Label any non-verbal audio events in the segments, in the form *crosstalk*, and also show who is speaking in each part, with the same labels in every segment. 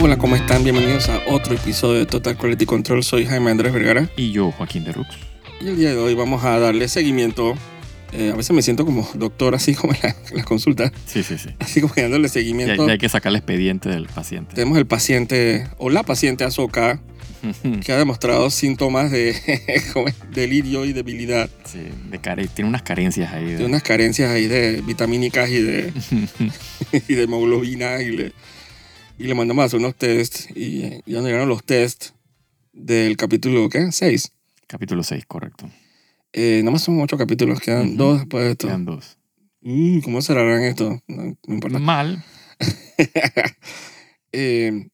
Speaker 1: Hola, ¿cómo están? Bienvenidos a otro episodio de Total Quality Control. Soy Jaime Andrés Vergara
Speaker 2: Y yo, Joaquín de Rux.
Speaker 1: y el día de hoy vamos a darle seguimiento. eh, a veces me siento como doctor, así como en la- en las consultas,
Speaker 2: Sí, sí, sí.
Speaker 1: *laughs* así como que dándole
Speaker 2: Ya,
Speaker 1: seguimiento.
Speaker 2: ya hay que sacar el expediente del paciente.
Speaker 1: Tenemos el paciente o la paciente Azoka que ha demostrado síntomas de *laughs* como es, delirio y debilidad,
Speaker 2: *laughs* Sí, de care- tiene unas carencias ahí.
Speaker 1: de
Speaker 2: de-
Speaker 1: unas carencias ahí de vitamínicas y
Speaker 2: *laughs*
Speaker 1: de, y de hemoglobina y le, y le mandamos a hacer unos tests y eh, ya nos llegaron los tests del capítulo, ¿qué? 6.
Speaker 2: Capítulo 6, correcto.
Speaker 1: Eh, nada más son ocho capítulos, quedan
Speaker 2: Ujú.
Speaker 1: dos después de esto.
Speaker 2: Quedan dos.
Speaker 1: Mm, ¿Cómo cerrarán esto? No, no importa.
Speaker 2: Mal.
Speaker 1: Eh,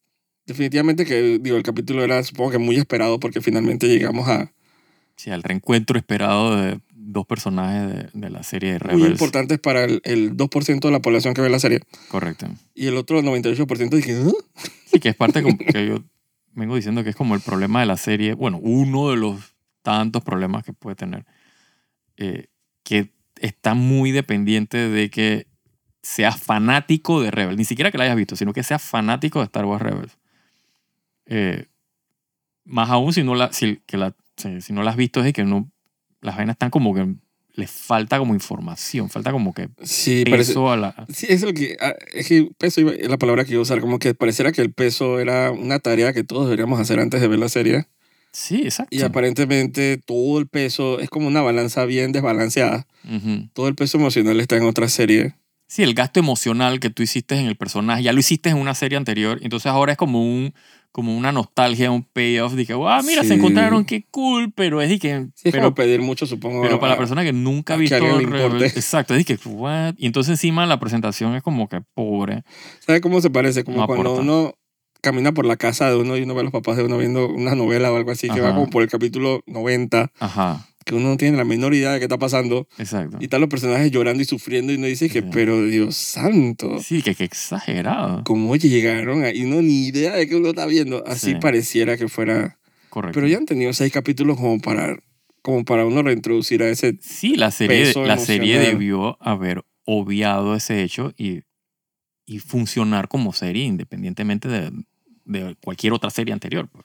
Speaker 1: definitivamente que, digo, el capítulo era supongo que muy esperado porque finalmente llegamos a
Speaker 2: Sí, al reencuentro esperado de dos personajes de, de la serie de
Speaker 1: muy
Speaker 2: Rebels.
Speaker 1: importantes para el, el 2% de la población que ve la serie.
Speaker 2: Correcto.
Speaker 1: Y el otro 98% dije, "¿Ah?".
Speaker 2: Sí, que es parte como- que yo vengo diciendo que es como el problema de la serie. Bueno, uno de los tantos problemas que puede tener. eh, que está muy dependiente de que seas fanático de Rebels. Ni siquiera que la hayas visto, sino que seas fanático de Star Wars Rebels. Eh, más aún si no la, si, que la, si, si no la has visto, es de que no. Las vainas están como que les falta como información, falta como que
Speaker 1: Sí, parece...
Speaker 2: peso a la.
Speaker 1: Sí, es, lo que, ah, es que peso iba- es la palabra que iba a usar, como que pareciera que el peso era una tarea que todos deberíamos hacer antes de ver la serie.
Speaker 2: Sí, exacto.
Speaker 1: Y aparentemente todo el peso es como una balanza bien desbalanceada.
Speaker 2: Ujú.
Speaker 1: Todo el peso emocional está en otra serie.
Speaker 2: Sí, el gasto emocional que tú hiciste en el personaje, ya lo hiciste en una serie anterior, entonces ahora es como un como una nostalgia, un payoff, dije, ah, mira,
Speaker 1: Sí.
Speaker 2: se encontraron, qué cool, pero es de que,
Speaker 1: Sí, es
Speaker 2: pero,
Speaker 1: como pedir mucho, supongo.
Speaker 2: pero para
Speaker 1: a-
Speaker 2: la persona que nunca ha
Speaker 1: a que a
Speaker 2: visto
Speaker 1: alguien le
Speaker 2: Rebel-
Speaker 1: importe.
Speaker 2: exacto, es de que, what? Y entonces encima la presentación es como que pobre,
Speaker 1: ¿Sabe cómo se parece? Como
Speaker 2: No
Speaker 1: cuando
Speaker 2: aporta.
Speaker 1: uno camina por la casa de uno y uno ve a los papás de uno viendo una novela o algo así, que va
Speaker 2: Ajá.
Speaker 1: como por el capítulo 90,
Speaker 2: ajá,
Speaker 1: que uno no tiene la menor idea de qué está pasando,
Speaker 2: exacto.
Speaker 1: y están los personajes llorando y sufriendo, y uno dice que,
Speaker 2: Sí.
Speaker 1: pero Dios santo,
Speaker 2: Sí, que, que exagerado,
Speaker 1: ¿cómo llegaron ahí? Uno ni idea de qué uno está viendo. Así
Speaker 2: Sí.
Speaker 1: pareciera que fuera.
Speaker 2: correcto.
Speaker 1: Pero ya han tenido seis capítulos como para, como para uno reintroducir a ese...
Speaker 2: Sí, la serie,
Speaker 1: peso
Speaker 2: la serie
Speaker 1: emocional.
Speaker 2: debió haber obviado ese hecho y, y funcionar como serie independientemente de, de cualquier otra serie anterior. Pues.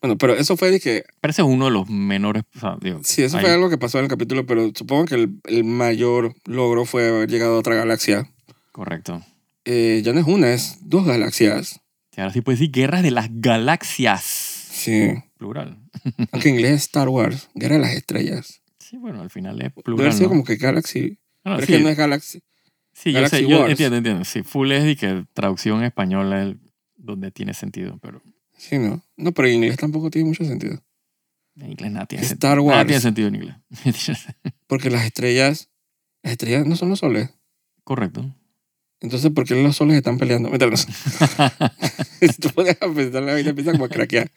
Speaker 1: Bueno, pero eso fue de que
Speaker 2: Pero ese es uno de los menores. o sea, digo,
Speaker 1: Sí, eso
Speaker 2: ahí-
Speaker 1: fue algo que pasó en el capítulo, pero supongo que el, el mayor logro fue haber llegado a otra galaxia.
Speaker 2: Correcto.
Speaker 1: Eh, ya no es una, es dos galaxias.
Speaker 2: Y ahora sí puedes decir guerras de las galaxias. *laughs*
Speaker 1: Sí.
Speaker 2: Plural.
Speaker 1: Aunque en inglés es Star Wars, Guerra de las Estrellas.
Speaker 2: Sí, bueno, al final es
Speaker 1: Debe haber
Speaker 2: plural.
Speaker 1: sido
Speaker 2: ¿no?
Speaker 1: como que Galaxy.
Speaker 2: No, no,
Speaker 1: Pero es
Speaker 2: sí,
Speaker 1: que no es Galaxy.
Speaker 2: sí, yo, sé,
Speaker 1: Galaxy
Speaker 2: yo
Speaker 1: Wars.
Speaker 2: entiendo, entiendo. Sí, full es y que traducción española es donde tiene sentido, pero
Speaker 1: Sí, no. No, pero en inglés tampoco tiene mucho sentido.
Speaker 2: en inglés nada tiene sentido.
Speaker 1: Star
Speaker 2: Nada
Speaker 1: Wars.
Speaker 2: tiene sentido en inglés. *laughs*
Speaker 1: Porque las estrellas. Las estrellas no son los soles.
Speaker 2: Correcto.
Speaker 1: Entonces, ¿por qué los soles están peleando? Métalos.
Speaker 2: *laughs*
Speaker 1: *laughs* si tú pones a pensar la vida, empieza como a craquear.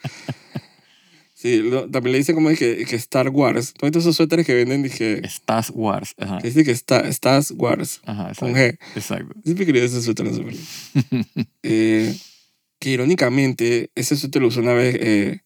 Speaker 1: Sí, lo- también le dicen como que, que Star Wars. Todos esos suéteres que venden, dije.
Speaker 2: Star Wars. Ajá.
Speaker 1: Que dice que está, estás Wars
Speaker 2: Ajá,
Speaker 1: con
Speaker 2: exacto.
Speaker 1: G.
Speaker 2: exacto.
Speaker 1: Siempre quería ese suéter. no sé por qué. Eh, que irónicamente, ese suéter lo usó una vez eh,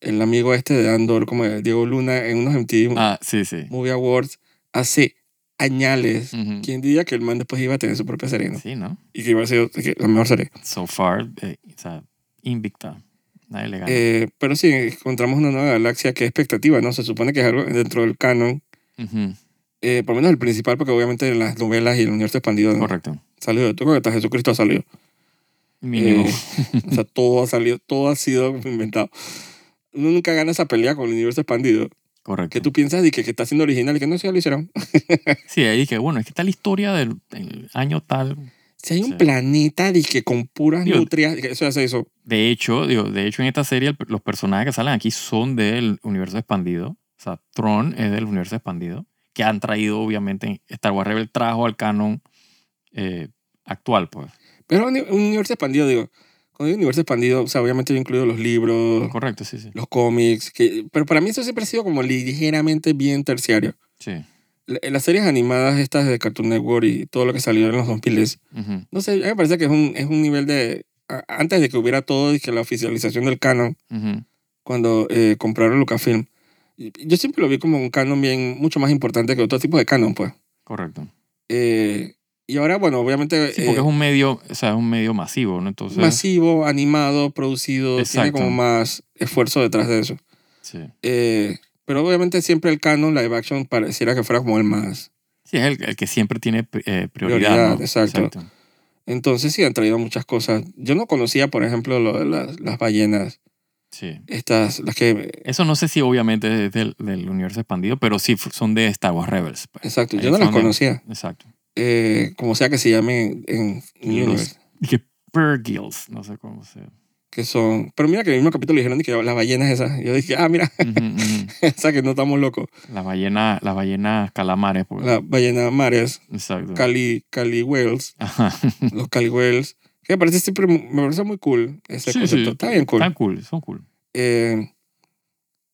Speaker 1: el amigo este de Andor, como de Diego Luna, en unos MTV
Speaker 2: Ah, sí, sí.
Speaker 1: Movie Awards hace añales.
Speaker 2: Ujú.
Speaker 1: ¿Quién diría que el man después iba a tener su propia serie? no?
Speaker 2: Sí, ¿no?
Speaker 1: Y que iba a ser que la mejor serie.
Speaker 2: So far, eh, o sea, invicta. Nadie le gana.
Speaker 1: Eh, pero sí, encontramos una nueva galaxia que es expectativa, ¿no? Se supone que es algo dentro del canon.
Speaker 2: Ujú,
Speaker 1: eh, por lo menos el principal, porque obviamente en las novelas y el universo expandido ¿no?
Speaker 2: Correcto.
Speaker 1: salió. Tú creo que hasta Jesucristo salió.
Speaker 2: Mínimo.
Speaker 1: Eh, o sea, todo ha salido, todo ha sido inventado. Uno nunca gana esa pelea con el universo expandido.
Speaker 2: Correcto.
Speaker 1: Que tú piensas de que, que está siendo original y que no se lo hicieron.
Speaker 2: Sí, ahí que bueno, es que está la historia del, del año tal.
Speaker 1: Si hay un
Speaker 2: Sí.
Speaker 1: planeta de que con puras
Speaker 2: Digo,
Speaker 1: nutrias, que eso ya se hizo.
Speaker 2: De hecho, digo, de hecho en esta serie el- los personajes que salen aquí son del universo expandido. O sea, Tron es del universo expandido. Que han traído, obviamente, Star Wars Rebel trajo al canon eh, actual, pues.
Speaker 1: Pero un un universo expandido, digo, cuando digo universo expandido, o sea, obviamente yo incluyo los libros,
Speaker 2: Correcto, sí, sí.
Speaker 1: los cómics, que, pero para mí eso siempre ha sido como ligeramente bien terciario.
Speaker 2: Sí.
Speaker 1: La- Las series animadas estas de Cartoon Network y todo lo que salió en los 2000
Speaker 2: Ujú,
Speaker 1: no sé, a mí me parece que es un, es un nivel de... a- Antes de que hubiera todo y que la oficialización del canon,
Speaker 2: ujú.
Speaker 1: cuando eh, compraron Lucasfilm. Y- Yo siempre lo vi como un canon bien mucho más importante que otro tipo de canon, pues.
Speaker 2: Correcto.
Speaker 1: Eh, Y ahora, bueno, obviamente...
Speaker 2: Sí, porque
Speaker 1: eh,
Speaker 2: es un medio, o sea, es un medio masivo, ¿no? Entonces,
Speaker 1: masivo, animado, producido, tiene
Speaker 2: Exacto.
Speaker 1: como más esfuerzo detrás de eso.
Speaker 2: sí.
Speaker 1: Eh, pero obviamente siempre el canon live action pareciera que fuera como el más.
Speaker 2: Sí, es el, el que siempre tiene eh, prioridad.
Speaker 1: Prioridad,
Speaker 2: ¿no?
Speaker 1: exacto. Entonces sí han traído muchas cosas. Yo no conocía, por ejemplo, lo de las, las ballenas,
Speaker 2: Sí.
Speaker 1: estas, las que...
Speaker 2: Eso no sé si obviamente es del, del universo expandido, pero sí fu- son de Star Wars Rebels. pues.
Speaker 1: Exacto, yo no
Speaker 2: Ahí
Speaker 1: las
Speaker 2: fue donde-
Speaker 1: conocía.
Speaker 2: Exacto.
Speaker 1: Eh, como sea que se llamen en
Speaker 2: Y los-
Speaker 1: Universe,
Speaker 2: Y que Pergils, no sé cómo se. Ujú,
Speaker 1: *laughs* que son... Pero mira que en el mismo capítulo dijeron que las ballenas esas. Yo dije, ah, mira, *laughs*
Speaker 2: ujú.
Speaker 1: o sea que no estamos locos.
Speaker 2: Las ballenas, las ballenas calamares, pues.
Speaker 1: Las ballenas mares,
Speaker 2: Exacto.
Speaker 1: Cali, Cali Whales.
Speaker 2: *laughs* Ajá.
Speaker 1: los Caliwells, que me parece siempre me parece muy cool ese
Speaker 2: Sí,
Speaker 1: concepto.
Speaker 2: sí.
Speaker 1: Está bien *laughs* cool.
Speaker 2: Están cool, son cool.
Speaker 1: Eh,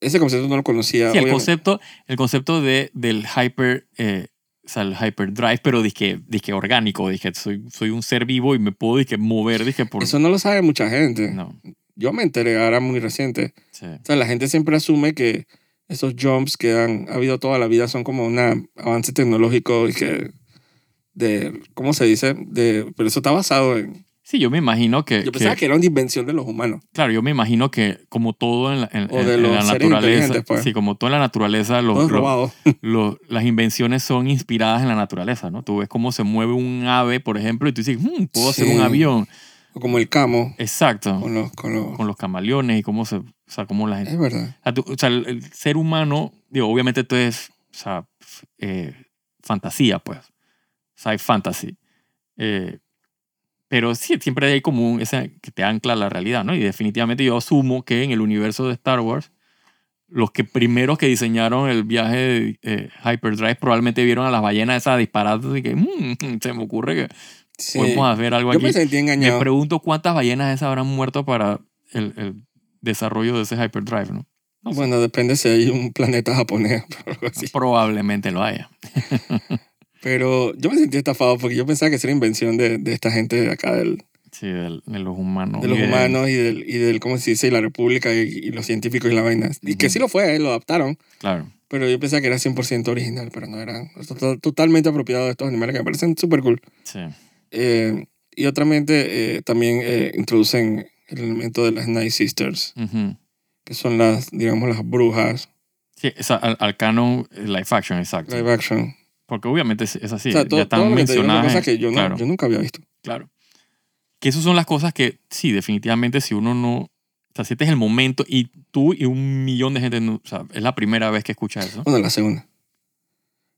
Speaker 1: ese concepto no lo conocía.
Speaker 2: Sí, el
Speaker 1: obviamente.
Speaker 2: concepto, el concepto de, del hyper, eh, o sea, el hyperdrive, pero dije, dije orgánico, dije, soy, soy un ser vivo y me puedo, dije, mover, dije, por...
Speaker 1: Eso no lo sabe mucha gente.
Speaker 2: No,
Speaker 1: Yo me enteré ahora muy reciente.
Speaker 2: sí,
Speaker 1: O sea, la gente siempre asume que esos jumps que han habido toda la vida son como un avance tecnológico y que de cómo se dice de pero eso está basado en
Speaker 2: Sí, yo me imagino que...
Speaker 1: yo pensaba
Speaker 2: que-
Speaker 1: que era una invención de los humanos
Speaker 2: Claro, yo me imagino que como todo en la, en-
Speaker 1: O
Speaker 2: en-
Speaker 1: de
Speaker 2: en
Speaker 1: los
Speaker 2: la
Speaker 1: seres
Speaker 2: naturaleza,
Speaker 1: inteligentes, pues.
Speaker 2: sí, como todo en la naturaleza, los-
Speaker 1: todos
Speaker 2: los-
Speaker 1: robados
Speaker 2: los- las invenciones son inspiradas en la naturaleza, ¿no? Tú ves cómo se mueve un ave, por ejemplo, y tú dices, "Hmm, puedo hacer
Speaker 1: Sí.
Speaker 2: un avión.
Speaker 1: o como el camo
Speaker 2: Exacto,
Speaker 1: con los, con los-
Speaker 2: con los camaleones y cómo se... O sea, cómo la gente...
Speaker 1: es verdad
Speaker 2: O sea, tú- o sea, el, el ser humano, digo, obviamente esto es o sea, f- eh, fantasía, pues. Sci fantasy. Eh, pero sí, siempre hay como un, ese que te ancla a la realidad, ¿no? Y definitivamente yo asumo que en el universo de Star Wars, los que primeros que diseñaron el viaje de, eh, Hyperdrive probablemente vieron a las ballenas esas disparadas y que "Mm, se me ocurre que
Speaker 1: Sí.
Speaker 2: podemos hacer algo
Speaker 1: yo
Speaker 2: aquí.
Speaker 1: me sentí
Speaker 2: Me
Speaker 1: engañado
Speaker 2: pregunto cuántas ballenas esas habrán muerto para el, el desarrollo de ese Hyperdrive, ¿no? No sé.
Speaker 1: Bueno, depende si hay un planeta japonés *laughs* o algo así.
Speaker 2: Probablemente lo haya.
Speaker 1: Pero yo me sentí estafado porque yo pensaba que era invención de, de esta gente de acá, del-
Speaker 2: Sí, del- de los humanos.
Speaker 1: de los
Speaker 2: Y
Speaker 1: humanos y del, y del, ¿cómo se dice? Y la república y, y los científicos y la vaina. Y que
Speaker 2: Ujú.
Speaker 1: sí lo fue, eh, lo adaptaron.
Speaker 2: Claro.
Speaker 1: Pero yo pensaba que era 100% original, pero no era Total- totalmente apropiado de estos animales que me parecen súper cool.
Speaker 2: Sí.
Speaker 1: Eh, y otra mente eh, también eh, introducen el elemento de las Night Sisters,
Speaker 2: Ujú.
Speaker 1: que son las, digamos, las brujas
Speaker 2: Sí, esa- al, al canon eh, live action, exacto.
Speaker 1: live action.
Speaker 2: Porque obviamente es, es así.
Speaker 1: o sea,
Speaker 2: ya
Speaker 1: todo,
Speaker 2: están
Speaker 1: todo lo que te digo son
Speaker 2: mencionadas.
Speaker 1: cosas
Speaker 2: en-
Speaker 1: que yo, no-
Speaker 2: claro,
Speaker 1: yo nunca había visto.
Speaker 2: claro. Que esas son las cosas que, sí, definitivamente, si uno no. O sea, si este es el momento y tú y un millón de gente. no- o sea, es la primera vez que escuchas eso.
Speaker 1: Bueno, la segunda.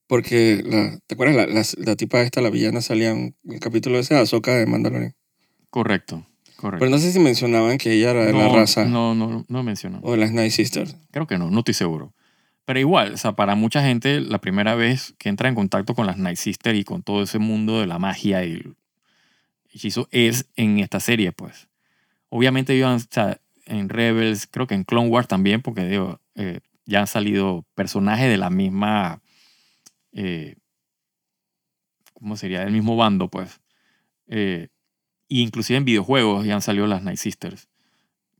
Speaker 1: Porque, la, ¿te acuerdas? La, la, la tipa esta, la villana, salía en el capítulo ese de Ahsoka de Mandalorian.
Speaker 2: Mm. Correcto. Correcto.
Speaker 1: Pero no sé si mencionaban que ella era de la
Speaker 2: No,
Speaker 1: raza
Speaker 2: No, no, no menciona.
Speaker 1: o de las Night Sisters.
Speaker 2: Creo que no, no estoy seguro. Pero igual, o sea, para mucha gente, la primera vez que entra en contacto con las Night Sisters y con todo ese mundo de la magia y el hechizo es en esta serie, pues. Obviamente, ellos han- o sea, en Rebels, creo que en Clone Wars también, porque digo, eh, ya han salido personajes de la misma. eh, ¿Cómo sería? Del mismo bando, pues. Eh, y inclusive en videojuegos ya han salido las Night Sisters.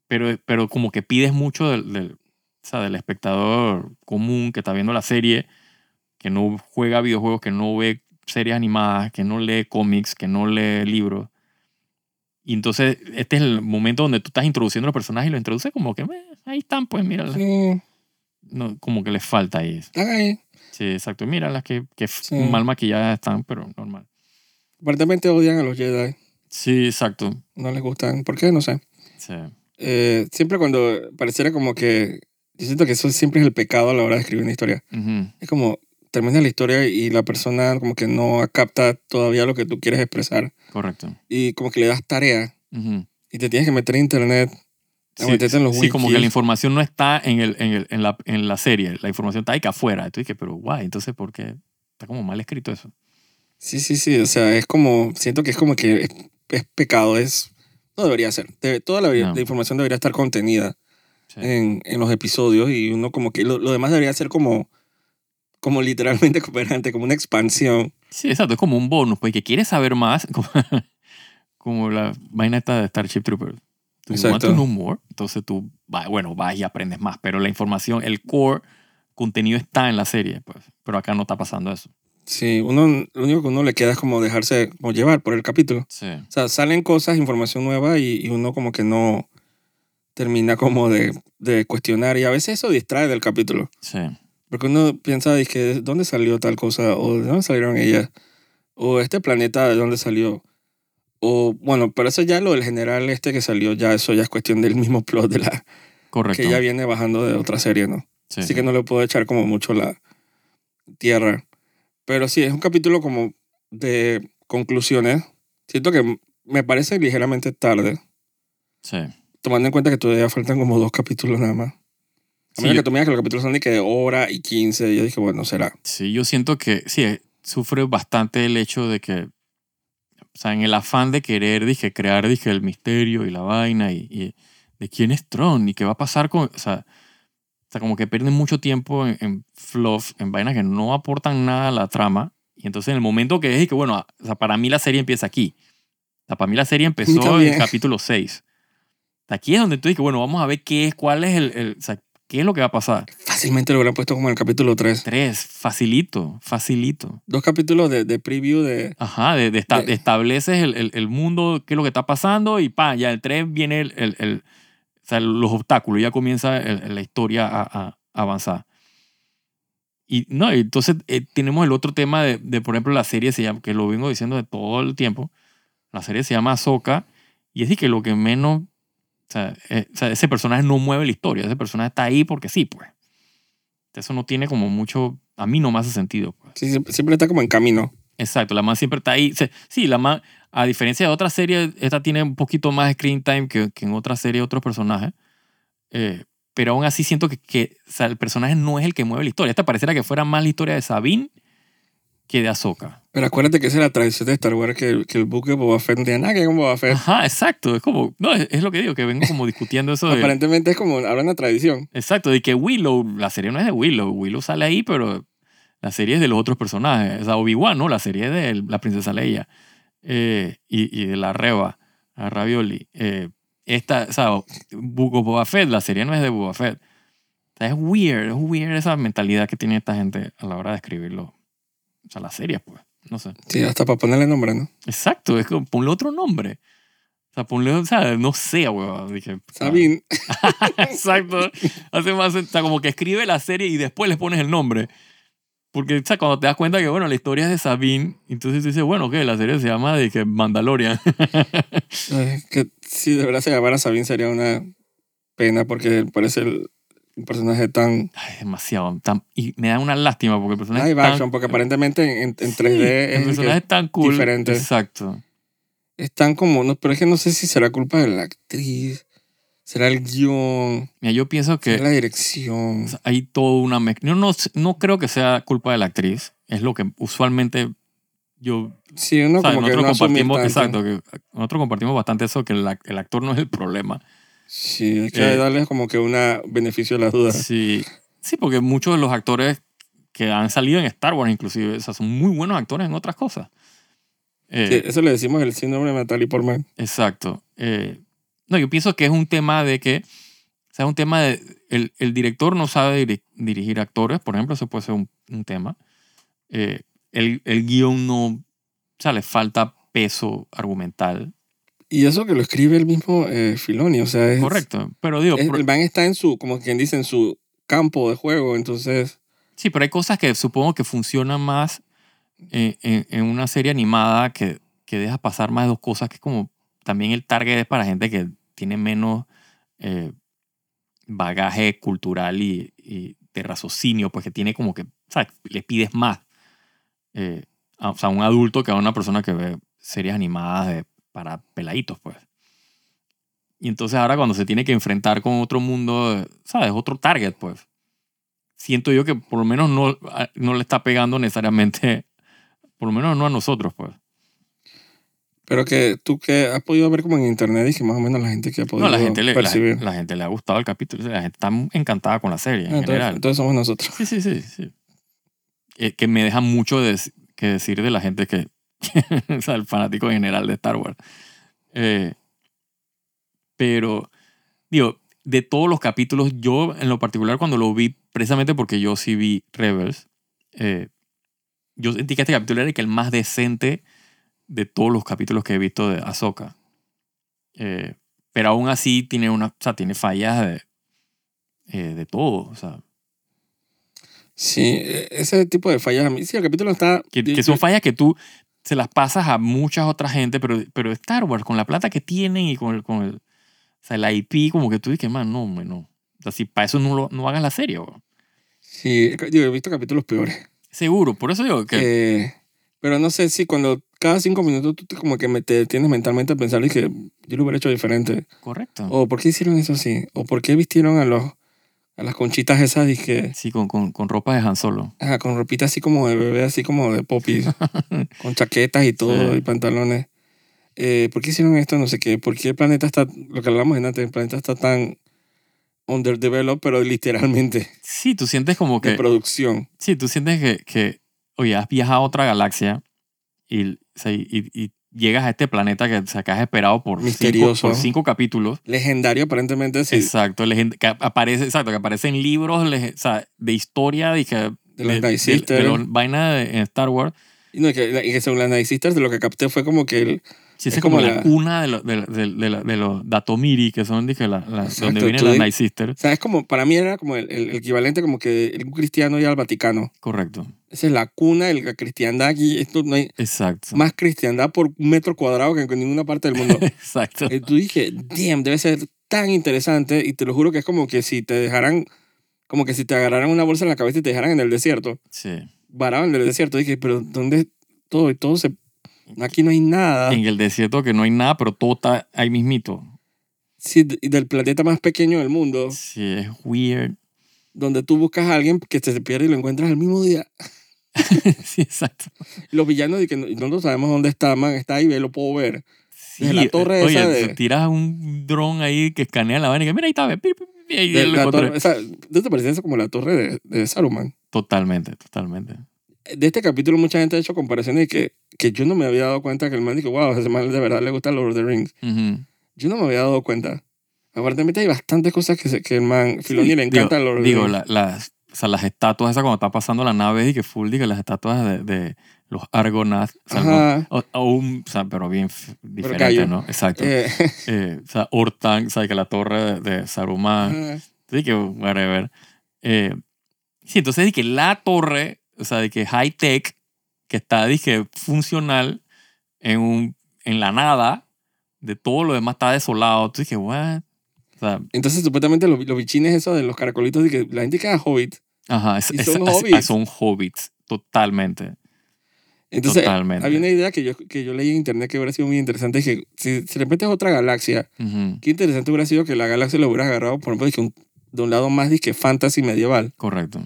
Speaker 2: Pero, pero como que pides mucho del, del- o sea, del espectador común que está viendo la serie, que no juega videojuegos, que no ve series animadas, que no lee cómics, que no lee libros. Y entonces este es el momento donde tú estás introduciendo a los personajes y los introduces como que "Meh, ahí están, pues mira,
Speaker 1: Sí,
Speaker 2: no, como que les falta ahí.
Speaker 1: están ahí.
Speaker 2: Sí, exacto. Mira las que, que
Speaker 1: Sí.
Speaker 2: mal maquilladas están, pero normal.
Speaker 1: Aparentemente odian a los Jedi.
Speaker 2: Sí, exacto.
Speaker 1: No les gustan. ¿Por qué? No sé.
Speaker 2: Sí.
Speaker 1: Eh, siempre cuando pareciera como que... Yo siento que eso siempre es el pecado a la hora de escribir una historia.
Speaker 2: Ujú.
Speaker 1: Es como termina la historia y la persona como que no capta todavía lo que tú quieres expresar.
Speaker 2: Correcto.
Speaker 1: Y como que le das tarea
Speaker 2: Ujú.
Speaker 1: y te tienes que meter en internet A meterte en los
Speaker 2: sí, como
Speaker 1: wikis.
Speaker 2: que la información no está en, el, en, el, en, la, en la serie, la información está ahí que afuera. Y tú dices, pero guay, entonces, ¿por qué? Está como mal escrito eso.
Speaker 1: Sí, sí, sí. O sea, es como. Siento que es como que es, es pecado. Es. No debería ser. Debe- toda la,
Speaker 2: No.
Speaker 1: la información debería estar contenida
Speaker 2: Sí.
Speaker 1: en, en los episodios y uno como que. Lo, lo demás debería ser como. Como literalmente *laughs* cooperante, como una expansión.
Speaker 2: Sí, exacto, es como un bonus, pues que quieres saber más, *laughs* como, como la vaina esta de Starship Troopers. Do you want
Speaker 1: Exacto.
Speaker 2: to know more? Entonces tú, va- bueno, vas y aprendes más, pero la información, el core contenido está en la serie, pues, pero acá no está pasando eso.
Speaker 1: Sí, uno, lo único que uno le queda es como dejarse como llevar por el capítulo.
Speaker 2: Sí.
Speaker 1: O sea, salen cosas, información nueva y, y uno como que no termina como de, de cuestionar y a veces eso distrae del capítulo.
Speaker 2: Sí,
Speaker 1: Porque uno piensa, que ¿dónde salió tal cosa? ¿O de dónde salieron ellas? ¿O este planeta de dónde salió? O bueno, pero eso ya lo del general este que salió, ya eso ya es cuestión del mismo plot de la
Speaker 2: correcto.
Speaker 1: que ya viene bajando de otra serie, ¿no?
Speaker 2: Sí,
Speaker 1: Así que no le puedo echar como mucho la tierra. Pero sí, es un capítulo como de conclusiones. Siento que me parece ligeramente tarde,
Speaker 2: sí.
Speaker 1: tomando en cuenta que todavía faltan como dos capítulos nada más. A
Speaker 2: Sí,
Speaker 1: menos
Speaker 2: yo,
Speaker 1: que tú me digas que los capítulos son de que hora y 15, yo dije, bueno, será.
Speaker 2: sí, yo siento que sí, eh, sufre bastante el hecho de que, o sea, en el afán de querer, dije, crear, dije, el misterio y la vaina y, y de quién es Tron y qué va a pasar con, o sea, o sea, como que pierden mucho tiempo en, en fluff, en vainas que no aportan nada a la trama. Y entonces en el momento que es, y que bueno, a- o sea, para mí la serie empieza aquí. O sea, para mí la serie empezó en
Speaker 1: También.
Speaker 2: el capítulo 6. Aquí es donde tú dices, bueno, vamos a ver qué es, cuál es el, el- o sea, qué es lo que va a pasar.
Speaker 1: Fácilmente lo hubieran puesto como en el capítulo 3.
Speaker 2: Tres, facilito, facilito.
Speaker 1: Dos capítulos de, de preview de...
Speaker 2: Ajá, de, de esta-
Speaker 1: De-
Speaker 2: estableces el, el- el mundo, qué es lo que está pasando y pa, ya el tres viene el, el- el- o sea, los obstáculos, ya comienza el- la historia a, a avanzar. Y no, y entonces eh, tenemos el otro tema de, de, por ejemplo, la serie se llama, que lo vengo diciendo de todo el tiempo, la serie se llama Ahsoka y es de que lo que menos, o sea, eh, o sea, ese personaje no mueve la historia, ese personaje está ahí porque sí, pues. Eso no tiene como mucho, a mí no me hace sentido, pues.
Speaker 1: sí, siempre, siempre está como en camino.
Speaker 2: Exacto, la man siempre está ahí. Se- Sí, la man, a diferencia de otras series, esta tiene un poquito más screen time que, que en otras series, otros personajes. Eh, pero aún así siento que, que, o sea, el personaje no es el que mueve la historia. Esta pareciera que fuera más la historia de Sabine que de Ahsoka.
Speaker 1: Pero acuérdate que esa es la tradición de Star Wars, que, que el buque de Boba Fett decía, ah, que como Boba Fett.
Speaker 2: Ajá, exacto. Es como, no, es, es lo que digo, que vengo como discutiendo eso. De,
Speaker 1: *laughs* Aparentemente es como ahora una tradición.
Speaker 2: exacto, de que Willow, la serie no es de Willow. Willow sale ahí, pero la serie es de los otros personajes. O sea, Obi-Wan, ¿no? La serie es de el- la princesa Leia. eh, y, y de la Reba, a Ravioli. Eh, esta, o sea, Book of Boba Fett, la serie no es de Boba Fett. O sea, es weird, es weird esa mentalidad que tiene esta gente a la hora de escribirlo. O sea, las series, pues. No sé.
Speaker 1: Sí, hasta para ponerle nombre,
Speaker 2: Ah.
Speaker 1: ¿no?
Speaker 2: Exacto, es como ponle otro nombre. O sea, ponle, o sea, no sé, weón. Dije,
Speaker 1: Sabine.
Speaker 2: Exacto. Hace más, sen- o sea, como que escribe la serie y después le pones el nombre. Porque o sea, cuando te das cuenta que, bueno, la historia es de Sabine, entonces tú dices, bueno, ¿qué? La serie se llama de que Mandalorian. *laughs*
Speaker 1: Ay, que si de verdad se llamara Sabine sería una pena porque parece el- un personaje tan
Speaker 2: Ay, demasiado. tan- y me da una lástima porque el personaje
Speaker 1: live
Speaker 2: es tan-
Speaker 1: action, porque aparentemente en, en- en
Speaker 2: Sí,
Speaker 1: 3D
Speaker 2: el
Speaker 1: es, el que-
Speaker 2: personaje es tan cool.
Speaker 1: diferente.
Speaker 2: Exacto.
Speaker 1: es tan como, no, pero es que no sé si será culpa de la actriz, será el guión,
Speaker 2: Mira, yo pienso que
Speaker 1: será la dirección.
Speaker 2: O sea, Hay toda una mezcla. Yo no, s- no creo que sea culpa de la actriz. Es lo que usualmente yo.
Speaker 1: Sí, uno
Speaker 2: o sea,
Speaker 1: como que
Speaker 2: nosotros
Speaker 1: no asumir
Speaker 2: compartimos.
Speaker 1: tanto.
Speaker 2: Exacto. que nosotros compartimos bastante eso, que el, ac- el actor no es el problema.
Speaker 1: Sí, hay que
Speaker 2: Eh.
Speaker 1: darle como que un beneficio a la duda.
Speaker 2: Sí, sí, porque muchos de los actores que han salido en Star Wars, inclusive, o sea, son muy buenos actores en otras cosas. Eh,
Speaker 1: Sí, eso le decimos el síndrome de Natalie Portman.
Speaker 2: Exacto. Eh, no, yo pienso que es un tema de que, o sea, es un tema de, el, el director no sabe diri- dirigir actores, por ejemplo, eso puede ser un, un tema. Eh, el, el guión no, o sea, le falta peso argumental.
Speaker 1: Y eso que lo escribe el mismo eh, Filoni, o sea, es,
Speaker 2: Correcto, pero digo,
Speaker 1: es-
Speaker 2: por-
Speaker 1: el man está en su, como quien dice, en su campo de juego, entonces...
Speaker 2: sí, pero hay cosas que supongo que funcionan más eh, en, en una serie animada que, que deja pasar más de dos cosas, que es como también el target es para gente que tiene menos eh, bagaje cultural y, y de raciocinio, pues que tiene como que, ¿sabes? Le pides más. eh, a, o sea, a un adulto que a una persona que ve series animadas de- para peladitos, pues. Y entonces ahora cuando se tiene que enfrentar con otro mundo, eh, ¿sabes? Otro target, pues. Siento yo que por lo menos no, a- no le está pegando necesariamente, por lo menos no a nosotros, pues.
Speaker 1: Pero que tú que has podido ver como en internet y que más o menos la gente que ha podido
Speaker 2: No, la gente, le, la,
Speaker 1: percibir.
Speaker 2: la gente le ha gustado el capítulo, o sea, la gente está encantada con la serie en
Speaker 1: Ah, entonces,
Speaker 2: general.
Speaker 1: entonces somos nosotros.
Speaker 2: Sí, sí, sí. sí. Eh, que me deja mucho de- que decir de la gente que. *laughs* o sea, el fanático en general de Star Wars. Eh, pero, digo, de todos los capítulos, yo en lo particular cuando lo vi, precisamente porque yo sí vi Rebels, eh, yo sentí que este capítulo era el que el más decente de todos los capítulos que he visto de Ahsoka. Eh, pero aún así tiene, una, o sea, tiene fallas de, eh, de todo. O sea,
Speaker 1: Sí, e, ese tipo de fallas a mí. Sí, el capítulo está.
Speaker 2: que, que son fallas que tú se las pasas a muchas otras gente, pero, pero Star Wars, con la plata que tienen y con el, con el, o sea, el IP, como que tú dices, man, no, hombre, no. O sea, si para eso no, lo, no hagas la serie, bro".
Speaker 1: Sí, yo he visto capítulos peores.
Speaker 2: Seguro, por eso digo que...
Speaker 1: Eh, pero no sé si cuando cada cinco minutos tú te- como que me- te detienes mentalmente a pensar y que yo lo hubiera hecho diferente.
Speaker 2: correcto.
Speaker 1: O por qué hicieron eso así. O por qué vistieron a los a las conchitas esas y que
Speaker 2: Sí, con, con, con ropa de Han Solo.
Speaker 1: ajá, con ropita así como de bebé, así como de popis, con chaquetas y todo
Speaker 2: Sí.
Speaker 1: y pantalones. Eh, ¿Por qué hicieron esto? No sé qué. ¿Por qué el planeta está, lo que hablamos en antes, el planeta está tan underdeveloped, pero literalmente
Speaker 2: Sí, tú sientes como
Speaker 1: de
Speaker 2: que...
Speaker 1: producción?
Speaker 2: Sí, tú sientes que, que, oye, has viajado a otra galaxia y, o sea, y- y- y llegas a este planeta que, o sea, que has esperado por, cinco,
Speaker 1: Misterioso.
Speaker 2: por cinco capítulos.
Speaker 1: Legendario aparentemente sí,
Speaker 2: Exacto, legend- que aparece, exacto, que aparecen libros le- o sea, de historia y que-
Speaker 1: de los Night
Speaker 2: de, de
Speaker 1: Sisters.
Speaker 2: los vainas de- en Star Wars.
Speaker 1: Y, no, y que, y que según las Night Sisters, lo que capté fue como que el,
Speaker 2: Sí,
Speaker 1: Es
Speaker 2: esa es como,
Speaker 1: como
Speaker 2: la
Speaker 1: la-
Speaker 2: cuna de, lo- de, de- de la- de los Datomiri, que son dije, la- la-
Speaker 1: Exacto,
Speaker 2: donde vienen
Speaker 1: tú
Speaker 2: las
Speaker 1: di-
Speaker 2: Night Sisters.
Speaker 1: O sea, es como, para mí era como el, el- el equivalente como que el cristiano y al Vaticano.
Speaker 2: Correcto,
Speaker 1: Esa es la cuna de la cristiandad aquí. Esto no hay
Speaker 2: exacto.
Speaker 1: más cristiandad por un metro cuadrado que en ninguna parte del mundo.
Speaker 2: Exacto.
Speaker 1: y tú dije, damn, debe ser tan interesante. Y te lo juro que es como que si te dejaran, como que si te agarraran una bolsa en la cabeza y te dejaran en el desierto,
Speaker 2: Sí.
Speaker 1: varado en el desierto. Dije, pero ¿dónde todo? Y todo se... Aquí no hay nada.
Speaker 2: En el desierto que no hay nada, pero todo está ahí mismito.
Speaker 1: Sí, y del planeta más pequeño del mundo,
Speaker 2: Sí, es weird. *laughs*
Speaker 1: donde tú buscas a alguien que se pierde y lo encuentras el mismo día.
Speaker 2: sí, exacto.
Speaker 1: Los villanos de que no, no sabemos dónde está, man, está ahí, ve, lo puedo ver. Desde la torre
Speaker 2: oye,
Speaker 1: esa de-
Speaker 2: tiras un dron ahí que escanea la vaina y que mira, ahí está, ve, pi, pi, pi, y
Speaker 1: De
Speaker 2: lo
Speaker 1: la
Speaker 2: encontré.
Speaker 1: torre- esa- ¿No te parece eso como la torre de, de Saruman?
Speaker 2: Totalmente, totalmente.
Speaker 1: De este capítulo mucha gente ha hecho comparaciones y que, que yo no me había dado cuenta que el man dice, wow, ese man de verdad le gusta Lord of the Rings.
Speaker 2: Ujú.
Speaker 1: Yo no me había dado cuenta. Aparentemente hay bastantes cosas que, se- que el man, Filoni
Speaker 2: Sí,
Speaker 1: le encanta
Speaker 2: digo,
Speaker 1: Lord of the
Speaker 2: digo,
Speaker 1: Rings.
Speaker 2: la- las, o sea, las estatuas esas cuando está pasando la nave y que full, digo, las estatuas de, de los Argonauts. o sea,
Speaker 1: Ajá.
Speaker 2: algo- o- aún, o sea, pero bien f- diferente,
Speaker 1: callo.
Speaker 2: ¿no? Exacto.
Speaker 1: Eh,
Speaker 2: Eh, o sea, Ortan, o sea, que la torre de, de Saruman.
Speaker 1: ajá.
Speaker 2: Sí, que whatever. Eh, sí, entonces dije que la torre, o sea, de que high tech, que está, dije, funcional en, un, en la nada, de todo lo demás está desolado. Entonces dije, what? O sea,
Speaker 1: *laughs* Entonces supuestamente los, los bichines esos de los caracolitos y que la gente queda hobbit.
Speaker 2: ajá, es-
Speaker 1: Y
Speaker 2: es-
Speaker 1: son
Speaker 2: es-
Speaker 1: hobbits.
Speaker 2: ah, son hobbits, totalmente.
Speaker 1: Entonces
Speaker 2: Totalmente.
Speaker 1: había una idea que yo, que yo leí en internet que hubiera sido muy interesante y que si, si de repente es otra galaxia
Speaker 2: Ujú,
Speaker 1: Qué interesante hubiera sido que la galaxia lo hubiera agarrado, por ejemplo, de, que un, de un lado más disque fantasy medieval,
Speaker 2: correcto.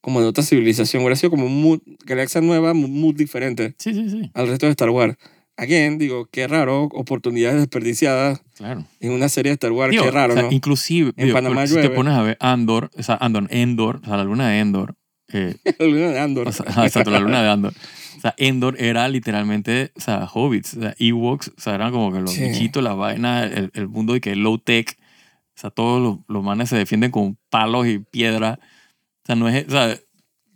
Speaker 1: como de otra civilización. Hubiera sido como un mood, galaxia nueva, un mood diferente
Speaker 2: Sí, sí, sí,
Speaker 1: al resto de Star Wars. Again, digo, qué raro, oportunidades desperdiciadas
Speaker 2: claro.
Speaker 1: en una serie de Star Wars,
Speaker 2: Digo,
Speaker 1: qué raro,
Speaker 2: o sea,
Speaker 1: ¿no?
Speaker 2: Inclusive,
Speaker 1: En
Speaker 2: digo,
Speaker 1: Panamá
Speaker 2: porque si te
Speaker 1: llueve.
Speaker 2: pones a ver Andor, o sea, Andor, Endor, o sea, la luna de Endor, eh,
Speaker 1: *laughs* *laughs* La luna de Andor.
Speaker 2: O sea, ajá, exacto, la luna de Andor. O sea, Endor era literalmente, o sea, hobbits, o sea, Ewoks, o sea, eran como que los
Speaker 1: Sí.
Speaker 2: bichitos, las vainas, el, el mundo y que low tech. O sea, todos los, los manes se defienden con palos y piedra. O sea, no es, o sea,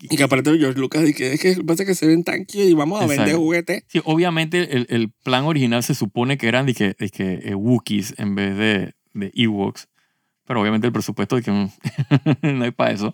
Speaker 1: Y que aparte George Lucas, y que es que pasa que se ven tan cute y vamos a vender
Speaker 2: Exacto.
Speaker 1: juguetes.
Speaker 2: sí, obviamente el, el plan original se supone que eran de que, de que, eh, Wookiees en vez de, de Ewoks. Pero obviamente el presupuesto de que mm, *laughs* no hay para eso.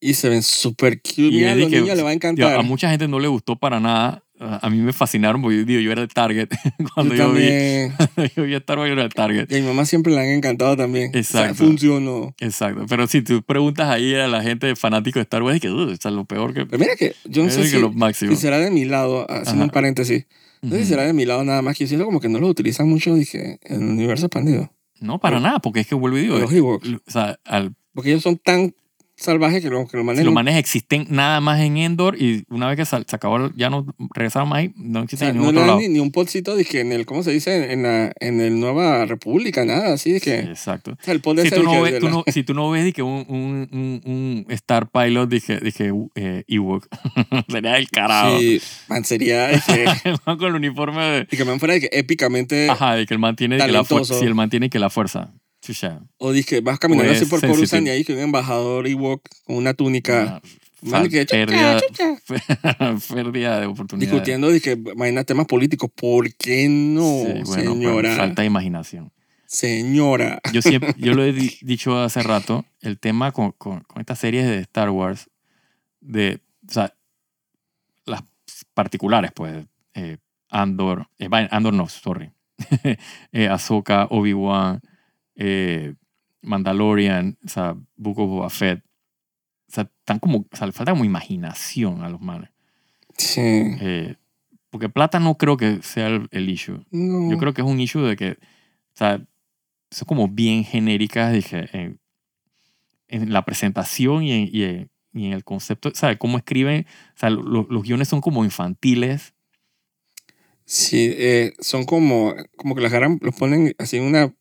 Speaker 1: Y se ven súper cute.
Speaker 2: Y
Speaker 1: Mira, a
Speaker 2: es de
Speaker 1: los
Speaker 2: que-
Speaker 1: niños les va a
Speaker 2: Digo,
Speaker 1: encantar.
Speaker 2: a mucha gente no le gustó para nada. A a mí me fascinaron porque yo, digo, yo era el target *laughs* cuando
Speaker 1: Yo
Speaker 2: yo, vi, *laughs*
Speaker 1: también.
Speaker 2: yo voy a estar mayor al target.
Speaker 1: Y a mi mamá siempre la han encantado también. O sea,
Speaker 2: Exacto.
Speaker 1: funcionó.
Speaker 2: Exacto. Pero si tú preguntas ahí a la gente fanático de Star Wars, es que "Ugh, o sea, lo peor que.
Speaker 1: Pero mira que yo no
Speaker 2: es
Speaker 1: sé
Speaker 2: que
Speaker 1: si,
Speaker 2: lo máximo.
Speaker 1: si será de mi lado, haciendo
Speaker 2: Ajá.
Speaker 1: un paréntesis, no sé si
Speaker 2: Ujú.
Speaker 1: será de mi lado nada más que yo siento como que no lo utilizan mucho, dije, en el universo expandido.
Speaker 2: No, para
Speaker 1: Pero-
Speaker 2: nada, porque es que vuelvo y digo.
Speaker 1: Los Ewoks.
Speaker 2: O sea, al,
Speaker 1: Porque ellos son tan salvajes que los que lo
Speaker 2: si
Speaker 1: manejan.
Speaker 2: los manes existen nada más en Endor y una vez que sal- se acabó, el- ya no regresaron más ahí, no
Speaker 1: o
Speaker 2: existen
Speaker 1: sea, Ah,
Speaker 2: en
Speaker 1: no
Speaker 2: ningún
Speaker 1: le
Speaker 2: otro
Speaker 1: dan
Speaker 2: lado.
Speaker 1: ni, ni un potcito, dije, en el, ¿cómo se dice? En la en el Nueva República, nada, así,
Speaker 2: Sí,
Speaker 1: dije.
Speaker 2: exacto.
Speaker 1: O sea, el pot de
Speaker 2: Si
Speaker 1: ese,
Speaker 2: tú, no
Speaker 1: dije,
Speaker 2: ves,
Speaker 1: de
Speaker 2: tú
Speaker 1: la-
Speaker 2: no- si tú no ves dije, un, un, un, un Star Pilot, dije, dije eh, Ewok. *laughs* Sería del carajo.
Speaker 1: Sí, man, sería,
Speaker 2: *laughs*
Speaker 1: dije,
Speaker 2: Con *laughs* el uniforme de,
Speaker 1: y que man fuera, dije, épicamente,
Speaker 2: Ajá, de que el man tiene que la fuerza.
Speaker 1: Eh, Talentoso.
Speaker 2: Sí, el man tiene que la fuerza. Chucha.
Speaker 1: o dije, vas caminando
Speaker 2: Pues,
Speaker 1: así por
Speaker 2: sensitive.
Speaker 1: Coruscant y ahí que un embajador Ewok con una túnica.
Speaker 2: Una-
Speaker 1: No, ni que chucha,
Speaker 2: pérdida, pues,
Speaker 1: chucha.
Speaker 2: *laughs* pérdida de oportunidades.
Speaker 1: Discutiendo de que imagina temas políticos. ¿Por qué no,
Speaker 2: Sí, bueno, pero
Speaker 1: señora?
Speaker 2: Falta de imaginación.
Speaker 1: Señora.
Speaker 2: Yo, siempre, yo lo he di- dicho hace rato, el tema con, con- con estas series de Star Wars, de, o sea, las particulares, pues, eh, Andor, eh, va- Andor no, sorry, *laughs* eh, Ahsoka, Obi-Wan, eh, Mandalorian, o sea, Book of Boba Fett, o sea, están como, o sea, le falta como imaginación a los manes.
Speaker 1: Sí.
Speaker 2: Eh, porque plata no creo que sea el- el issue.
Speaker 1: No.
Speaker 2: Yo creo que es un issue de que, o sea, son como bien genéricas, dije, en, en la presentación y en, y en- y en el concepto, o sea, cómo escriben, o sea, lo- lo- los guiones son como infantiles.
Speaker 1: Sí, eh, son como, como que las agarran, los ponen así en una,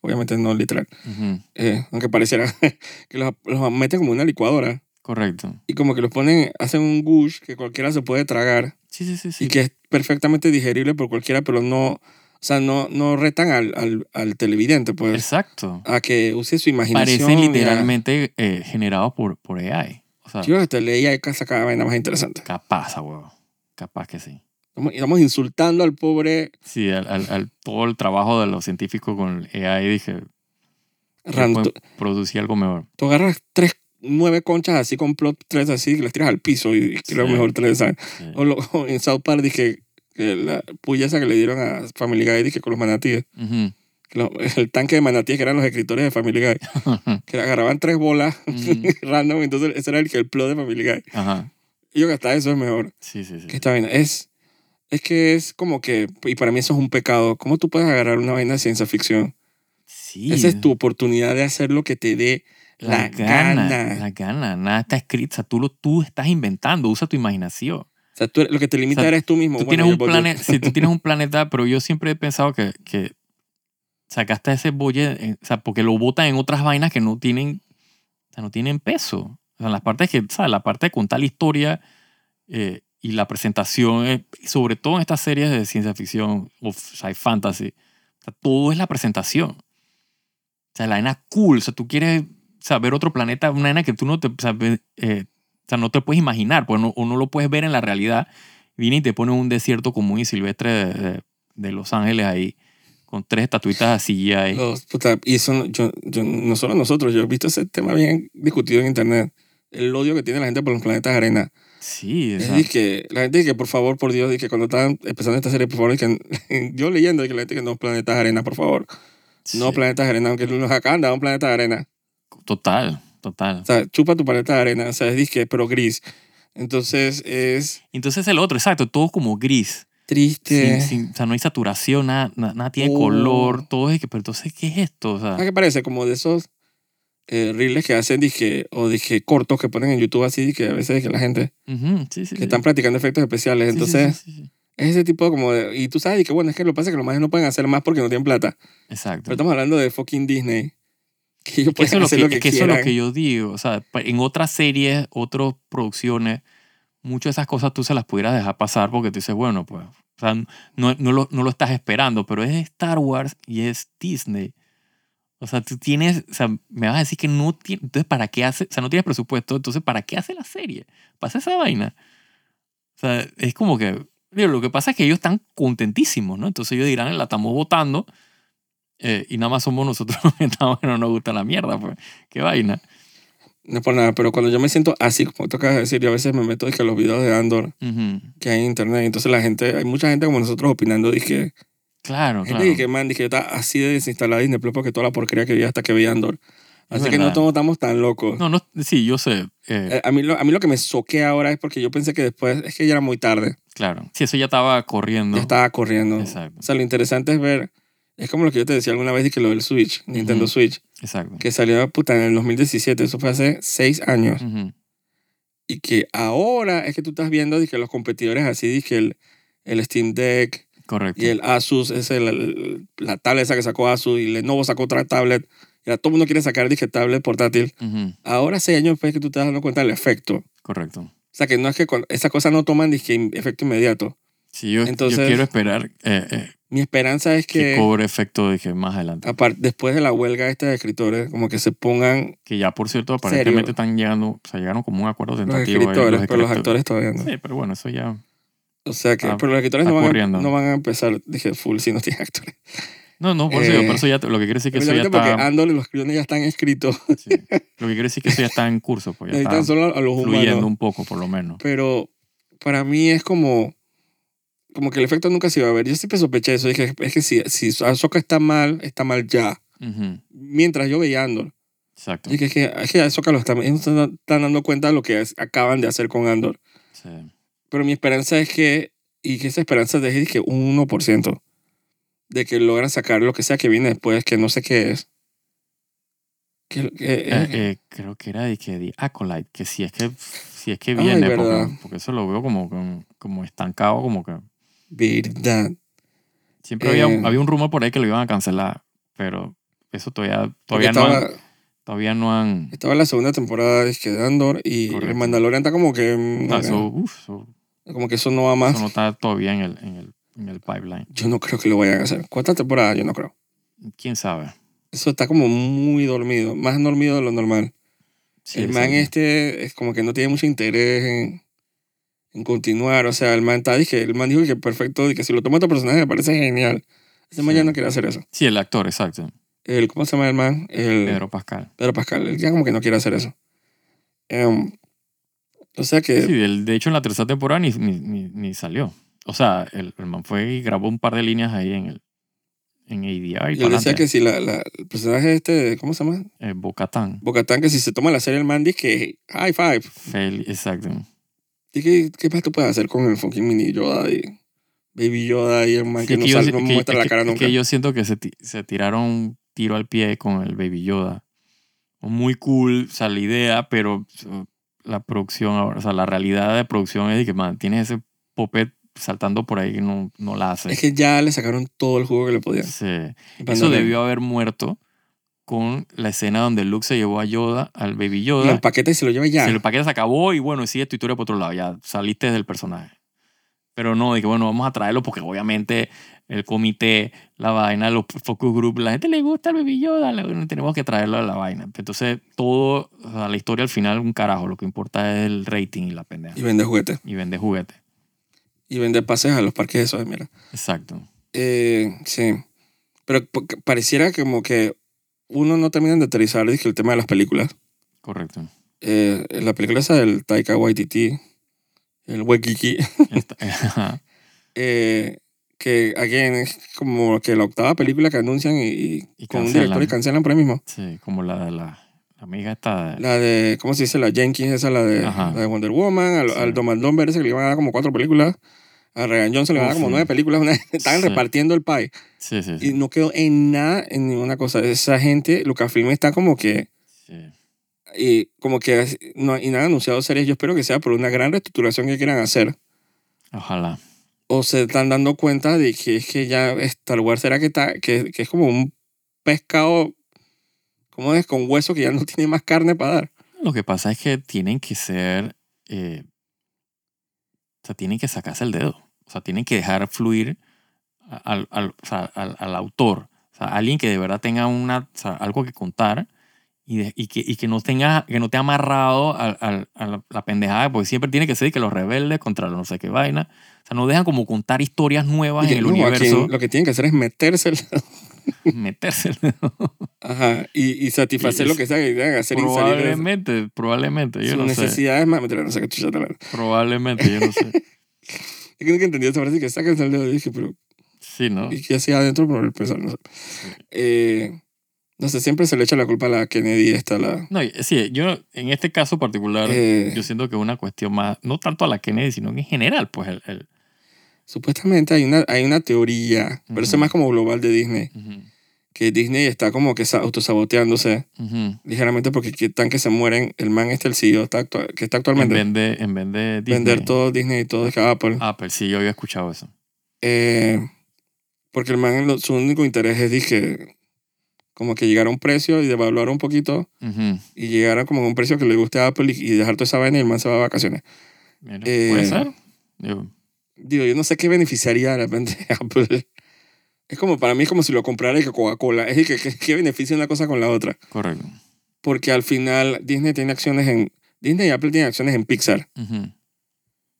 Speaker 1: obviamente no literal,
Speaker 2: Ujú,
Speaker 1: eh, aunque pareciera, *laughs* que los, los meten como en una licuadora
Speaker 2: Correcto.
Speaker 1: y como que los ponen, hacen un gush que cualquiera se puede tragar
Speaker 2: Sí, sí, sí, sí.
Speaker 1: y que es perfectamente digerible por cualquiera, pero no, o sea, no, no retan al, al, al televidente, pues,
Speaker 2: Exacto.
Speaker 1: a que use su imaginación.
Speaker 2: Parecen
Speaker 1: y a-
Speaker 2: literalmente eh, generados por, por AI. O sea,
Speaker 1: Yo hasta leía que sacaba vaina más interesante.
Speaker 2: capaz, huevo. Capaz que sí.
Speaker 1: Estamos, estamos insultando al pobre
Speaker 2: Sí, al, al- al- todo el trabajo de los científicos con AI, dije,
Speaker 1: Ranto.
Speaker 2: pueden producir algo mejor.
Speaker 1: tú agarras tres, nueve conchas así con plot tres así y las tiras al piso y y lo
Speaker 2: Sí.
Speaker 1: mejor tres, ¿sabes?
Speaker 2: Sí.
Speaker 1: O, lo- o en South Park dije que la puya esa que le dieron a Family Guy dije con los manatíes.
Speaker 2: Ujú.
Speaker 1: que lo- *laughs* el tanque de manatíes que eran los escritores de Family Guy.
Speaker 2: *laughs*
Speaker 1: *laughs* Que agarraban tres bolas *laughs*
Speaker 2: Ujú.
Speaker 1: random, entonces ese era el que el plot de Family Guy.
Speaker 2: Ajá.
Speaker 1: Y yo que hasta eso es mejor
Speaker 2: Sí, sí, sí.
Speaker 1: que esta vaina. Es, es que es como que, y para mí eso es un pecado, ¿cómo tú puedes agarrar una vaina de ciencia ficción?
Speaker 2: Sí. eh.
Speaker 1: Esa es tu oportunidad de hacer lo que te dé la gana.
Speaker 2: La gana. Nada está escrito. O sea, tú, lo, tú estás inventando. Usa tu imaginación.
Speaker 1: O sea, tú eres- lo que te limita
Speaker 2: O sea,
Speaker 1: eres tú mismo.
Speaker 2: Tú
Speaker 1: Bueno,
Speaker 2: tienes
Speaker 1: yo-
Speaker 2: un
Speaker 1: yo-
Speaker 2: planeta. Si
Speaker 1: *laughs*
Speaker 2: tú tienes un planeta, pero yo siempre he pensado que, que sacaste ese bolle. eh, O sea, porque lo botan en otras vainas que no tienen. O sea, no tienen peso. O sea, en las partes que. ¿sabes? La parte de contar la historia eh, y la presentación. eh, sobre todo en estas series de ciencia ficción o sci fantasy. O sea, todo es la presentación. O sea, la vaina cool. O sea, tú quieres saber otro planeta, una vaina que tú no te, o sea, ve- eh, o sea, no te puedes imaginar, pues no, o no lo puedes ver en la realidad. Viene y te pone un desierto común y silvestre de, de- de Los Ángeles ahí, con tres estatuitas así y ahí.
Speaker 1: Los- puta, y eso, no- yo, yo- no solo nosotros, yo he visto ese tema bien discutido en internet. El odio que tiene la gente por los planetas de arena.
Speaker 2: Sí, o
Speaker 1: Es
Speaker 2: sea,
Speaker 1: decir, que la gente dice que, por favor, por Dios, dice que cuando estaban empezando esta serie, por favor, dice que, *laughs* yo leyendo que la gente que no planetas de arena, por favor.
Speaker 2: sí,
Speaker 1: No planetas de arena, aunque nos acaban de dar un planeta de arena.
Speaker 2: total, total.
Speaker 1: O sea, chupa tu planeta de arena, o sea, es disque, pero gris. Entonces es
Speaker 2: Entonces el otro, exacto, todo como gris.
Speaker 1: triste.
Speaker 2: Sin- sin- o sea, no hay saturación, nada, nada, nada tiene
Speaker 1: Oh.
Speaker 2: color, todo es que, pero entonces, ¿qué es esto? O sea,
Speaker 1: ¿Sabes Ah, qué parece? Como de esos eh, reels que hacen disque, o disque cortos que ponen en YouTube así, que a veces que la gente
Speaker 2: ujú, sí, sí,
Speaker 1: que
Speaker 2: sí.
Speaker 1: están practicando efectos especiales.
Speaker 2: Sí, sí, sí,
Speaker 1: Entonces,
Speaker 2: sí, sí.
Speaker 1: es ese tipo como de... Y tú sabes y que, bueno, es que lo que pasa es que los más no pueden hacer más porque no tienen plata.
Speaker 2: Exacto.
Speaker 1: Pero estamos hablando de fucking Disney. *laughs* Que ellos
Speaker 2: que
Speaker 1: pueden
Speaker 2: eso, es lo
Speaker 1: hacer
Speaker 2: que,
Speaker 1: lo que,
Speaker 2: es que eso es
Speaker 1: quieran.
Speaker 2: lo que yo digo. O sea, pa- en otras series, otras producciones, muchas de esas cosas tú se las pudieras dejar pasar porque tú dices, bueno, pues, o sea, no, no, lo, no lo estás esperando, pero es Star Wars y es Disney. O sea, tú tienes, o sea, me vas a decir que no tienes, entonces, ¿para qué hace? O sea, no tienes presupuesto, entonces, ¿para qué hace la serie? Pasa esa vaina. O sea, es como que, digo, lo que pasa es que ellos están contentísimos, ¿no? Entonces ellos dirán, la estamos votando eh, y nada más somos nosotros los que estamos, *laughs* que no nos gusta la mierda, pues. Qué vaina.
Speaker 1: No es por nada, pero cuando yo me siento así, como tú acabas de decir, yo a veces me meto disque, a los videos de Andor
Speaker 2: Ujú.
Speaker 1: que hay en internet. Entonces la gente, hay mucha gente como nosotros opinando, dije...
Speaker 2: Claro,
Speaker 1: Gente
Speaker 2: claro.
Speaker 1: que man, dije, yo estaba así de desinstalada Disney Plus porque toda la porquería que vi hasta que vi Andor. Así que no
Speaker 2: verdad.
Speaker 1: todos estamos tan locos.
Speaker 2: No, no, sí, yo sé. eh,
Speaker 1: Eh, A mí, lo, a mí lo que me soquea ahora es porque yo pensé que después, es que ya era muy tarde,
Speaker 2: claro. Sí, eso ya estaba corriendo.
Speaker 1: ya estaba corriendo.
Speaker 2: Exacto.
Speaker 1: O sea, lo interesante es ver, es como lo que yo te decía alguna vez, de que lo del Switch, Nintendo
Speaker 2: Ujú.
Speaker 1: Switch,
Speaker 2: Exacto.
Speaker 1: que salió puta en el 2017, eso fue hace seis años,
Speaker 2: Ujú.
Speaker 1: y que ahora es que tú estás viendo de que los competidores así, de que el, el Steam Deck
Speaker 2: Correcto.
Speaker 1: y el Asus, es el, la tablet esa que sacó Asus y Lenovo sacó otra tablet, y ahora todo el mundo quiere sacar, dije, tablet portátil.
Speaker 2: Ujú.
Speaker 1: Ahora seis años después es que tú te estás dando cuenta del efecto.
Speaker 2: Correcto.
Speaker 1: O sea, que no es que cuando- esas cosas no toman dije, efecto inmediato.
Speaker 2: Sí, yo, yo
Speaker 1: Entonces-
Speaker 2: quiero esperar eh, eh,
Speaker 1: Mi esperanza es
Speaker 2: que
Speaker 1: que,
Speaker 2: cobre efecto de que más adelante.
Speaker 1: apar- después de la huelga esta de escritores, como que se pongan
Speaker 2: Que ya, por cierto, aparentemente
Speaker 1: Serio.
Speaker 2: están llegando, o sea, llegaron como un acuerdo
Speaker 1: los
Speaker 2: tentativo. ahí,
Speaker 1: escritores, pero los
Speaker 2: escritores.
Speaker 1: actores todavía no.
Speaker 2: Sí, pero bueno, eso ya.
Speaker 1: O sea que,
Speaker 2: Está-
Speaker 1: pero los escritores
Speaker 2: está
Speaker 1: no van, a,
Speaker 2: corriendo.
Speaker 1: no van a empezar, dije, full si no tienen actores.
Speaker 2: No, no, por eso,
Speaker 1: Eh,
Speaker 2: digo, pero eso ya, lo que quiere decir que eso ya
Speaker 1: Precisamente porque
Speaker 2: está.
Speaker 1: Andor y los guiones ya están escritos,
Speaker 2: sí. lo que quiere decir que eso ya está en curso, pues
Speaker 1: *laughs*
Speaker 2: ya
Speaker 1: necesitan
Speaker 2: está
Speaker 1: solo a los
Speaker 2: fluyendo
Speaker 1: humanos.
Speaker 2: un poco, por lo menos.
Speaker 1: Pero para mí es como, como que el efecto nunca se iba a ver. Yo siempre sospeché eso, dije, es que si, si Ahsoka está mal, está mal ya.
Speaker 2: Ujú,
Speaker 1: Mientras yo veía Andor,
Speaker 2: Exacto.
Speaker 1: Y que, que, que a Ahsoka lo están, ellos están, están dando cuenta de lo que es- acaban de hacer con Andor.
Speaker 2: Sí.
Speaker 1: Pero mi esperanza es que, y que esa esperanza deje dije, un 1% de que logran sacar lo que sea que viene después, que no sé qué es. Que, que-
Speaker 2: Eh,
Speaker 1: eh,
Speaker 2: eh, creo que era de que de Acolyte, que si es que, si es que
Speaker 1: Ay,
Speaker 2: viene,
Speaker 1: verdad.
Speaker 2: porque, porque eso lo veo como, como, como estancado, como que
Speaker 1: verdad.
Speaker 2: siempre había,
Speaker 1: Eh.
Speaker 2: había un rumor por ahí que lo iban a cancelar, pero eso todavía,
Speaker 1: Porque
Speaker 2: todavía, no,
Speaker 1: estaba,
Speaker 2: han, todavía no han...
Speaker 1: estaba la segunda temporada dizque, de Andor y
Speaker 2: Correcto.
Speaker 1: el Mandalorian está como que. mm,
Speaker 2: no, ah, eso, uf, eso-
Speaker 1: Como que eso no va más.
Speaker 2: eso no está todavía en el, en, el, en el pipeline.
Speaker 1: Yo no creo que lo vayan a hacer. ¿Cuántas temporadas? Yo no creo.
Speaker 2: ¿Quién sabe?
Speaker 1: Eso está como muy dormido, más dormido de lo normal.
Speaker 2: Sí,
Speaker 1: el man
Speaker 2: exacto.
Speaker 1: este es como que no tiene mucho interés en, en continuar. O sea, el man está, dije, el man dijo que perfecto, y que si lo toma otro personaje me parece genial. Ese man
Speaker 2: Sí.
Speaker 1: ya no quiere hacer eso.
Speaker 2: Sí, el actor, exacto.
Speaker 1: El, ¿Cómo se llama el man? El Pedro,
Speaker 2: Pedro Pascal.
Speaker 1: Pascal. Él ya como que no quiere hacer eso. Em, o sea que...
Speaker 2: Sí, el- de hecho en la tercera temporada ni, ni, ni, ni salió. O sea, el, el man fue y grabó un par de líneas ahí en el en ADR y
Speaker 1: Yo
Speaker 2: para
Speaker 1: decía que
Speaker 2: adelante.
Speaker 1: si la, la- el personaje este, ¿cómo se llama?
Speaker 2: Eh, Bocatán.
Speaker 1: Bocatán, que si se toma la serie el man, dice que high five.
Speaker 2: Fel- exacto.
Speaker 1: Dije, ¿qué más tú puedes hacer con el fucking mini Yoda y Baby Yoda y el man
Speaker 2: Sí,
Speaker 1: que, no,
Speaker 2: yo
Speaker 1: sale,
Speaker 2: si-
Speaker 1: no
Speaker 2: que-
Speaker 1: muestra
Speaker 2: es
Speaker 1: la
Speaker 2: que-
Speaker 1: cara
Speaker 2: es
Speaker 1: nunca?
Speaker 2: que yo siento que se, ti- se tiraron un tiro al pie con el Baby Yoda. Muy cool, o sea, la idea, pero o, la producción ahora, o sea, la realidad de producción es de que, man, tienes ese popet saltando por ahí que no, no la hace.
Speaker 1: Es que ya le sacaron todo el jugo que le podían.
Speaker 2: Sí. Eso
Speaker 1: Mandalorian.
Speaker 2: debió haber muerto con la escena donde Luke se llevó a Yoda, al Baby
Speaker 1: Y
Speaker 2: Yoda.
Speaker 1: el paquete se lo lleva ya.
Speaker 2: Se- el paquete se acabó y bueno, sigue tu historia por otro lado. Ya saliste del personaje. Pero no, dije, bueno, vamos a traerlo porque obviamente el comité, la vaina, los focus group, la gente le gusta el Baby Yoda, le- bueno, tenemos que traerlo a la vaina. Entonces, todo, o sea, la historia al final, un carajo. Lo que importa es el rating y la pendeja.
Speaker 1: Y vende juguetes.
Speaker 2: Y vende juguetes.
Speaker 1: Y vende pases a los parques esos de mira.
Speaker 2: Exacto.
Speaker 1: Eh, sí. Pero po- que pareciera como que uno no termina de aterrizar dije, el tema de las películas. *laughs*
Speaker 2: Correcto.
Speaker 1: Eh, la película esa del Taika Waititi, el Waikiki,
Speaker 2: Esta- *laughs* ajá.
Speaker 1: eh, que again es como que la octava película que anuncian y, y
Speaker 2: Y
Speaker 1: con un
Speaker 2: cancelan.
Speaker 1: director y cancelan por ahí mismo.
Speaker 2: sí, como la de la, la amiga esta. de-
Speaker 1: La de, ¿cómo se dice? La Jenkins, esa, la de,
Speaker 2: Ajá.
Speaker 1: la de Wonder Woman, al,
Speaker 2: Sí.
Speaker 1: al Dom and Dumber, ese que le iban a dar como cuatro películas. A Ryan Johnson le iban a dar como
Speaker 2: Uf.
Speaker 1: nueve películas. una- *laughs* estaban
Speaker 2: Sí.
Speaker 1: repartiendo el pie.
Speaker 2: Sí, sí, sí.
Speaker 1: Y no quedó en nada, en ninguna cosa. Esa gente, Lucasfilm está como que.
Speaker 2: Sí.
Speaker 1: Y como que as- no, y nada anunciado series. Yo espero que sea por una gran reestructuración que quieran hacer.
Speaker 2: Ojalá.
Speaker 1: O se están dando cuenta de que es que ya Star Wars será que, está, que, que es como un pescado, ¿cómo es? Con hueso que ya no *laughs* tiene más carne para dar.
Speaker 2: Lo que pasa es que tienen que ser. eh, o sea, tienen que sacarse el dedo. O sea, tienen que dejar fluir a- al, al- o sea, al- al autor. O sea, alguien que de verdad tenga una, o sea, algo que contar y, de- y que, y que no tenga, que no esté amarrado al- al- a, la, la pendejada, porque siempre tiene que ser que los rebeldes contra los no sé qué vaina. O sea, no dejan como contar historias nuevas
Speaker 1: Y
Speaker 2: Pues, en
Speaker 1: que,
Speaker 2: el
Speaker 1: no, aquí
Speaker 2: universo,
Speaker 1: lo que tienen que hacer es meterse el-
Speaker 2: meterse el dedo.
Speaker 1: *laughs* Ajá, y, y satisfacer
Speaker 2: Y-
Speaker 1: lo que sea que tengan que hacer y salir de
Speaker 2: Probablemente, probablemente, yo
Speaker 1: sus
Speaker 2: no sé.
Speaker 1: necesidades más. Mentira, no sé qué chucha te hablan.
Speaker 2: Probablemente, yo no sé.
Speaker 1: Yo creo que entendí esa frase que sacan el dedo y dije, pero
Speaker 2: Sí, ¿no?
Speaker 1: ¿y qué hacía adentro por el peso? No sé. Eh, no sé, siempre se le echa la culpa a la Kennedy, esta, la.
Speaker 2: No, y- sí, yo en este caso particular,
Speaker 1: eh,
Speaker 2: yo siento que es una cuestión más, no tanto a la Kennedy, sino que en general, pues el... el-
Speaker 1: supuestamente hay una, hay una teoría, pero eso
Speaker 2: Ujú.
Speaker 1: es más como global de Disney, que Disney está como que sa- autosaboteándose
Speaker 2: Ujú.
Speaker 1: ligeramente porque que tan que se mueren, el man este, el CEO está actua- que está
Speaker 2: en
Speaker 1: actualmente,
Speaker 2: vez de, en vez de Disney.
Speaker 1: vender todo Disney y todo, es que Apple.
Speaker 2: Apple, sí, yo había escuchado eso.
Speaker 1: Eh, porque el man, lo- su único interés es, dije, como que llegar a un precio y devaluar un poquito
Speaker 2: Ujú.
Speaker 1: y llegar a como un precio que le guste a Apple y, y dejar toda esa vaina y el man se va de vacaciones.
Speaker 2: Mira,
Speaker 1: Eh,
Speaker 2: ¿Puede ser? Yo-
Speaker 1: *laughs* Digo, yo no sé qué beneficiaría de repente a Apple Es como, para mí es como si lo comprara y que Coca-Cola. Es decir, que, que, que beneficia una cosa con la otra.
Speaker 2: Correcto.
Speaker 1: Porque al final Disney tiene acciones en... Disney y Apple tienen acciones en Pixar.
Speaker 2: Ujú,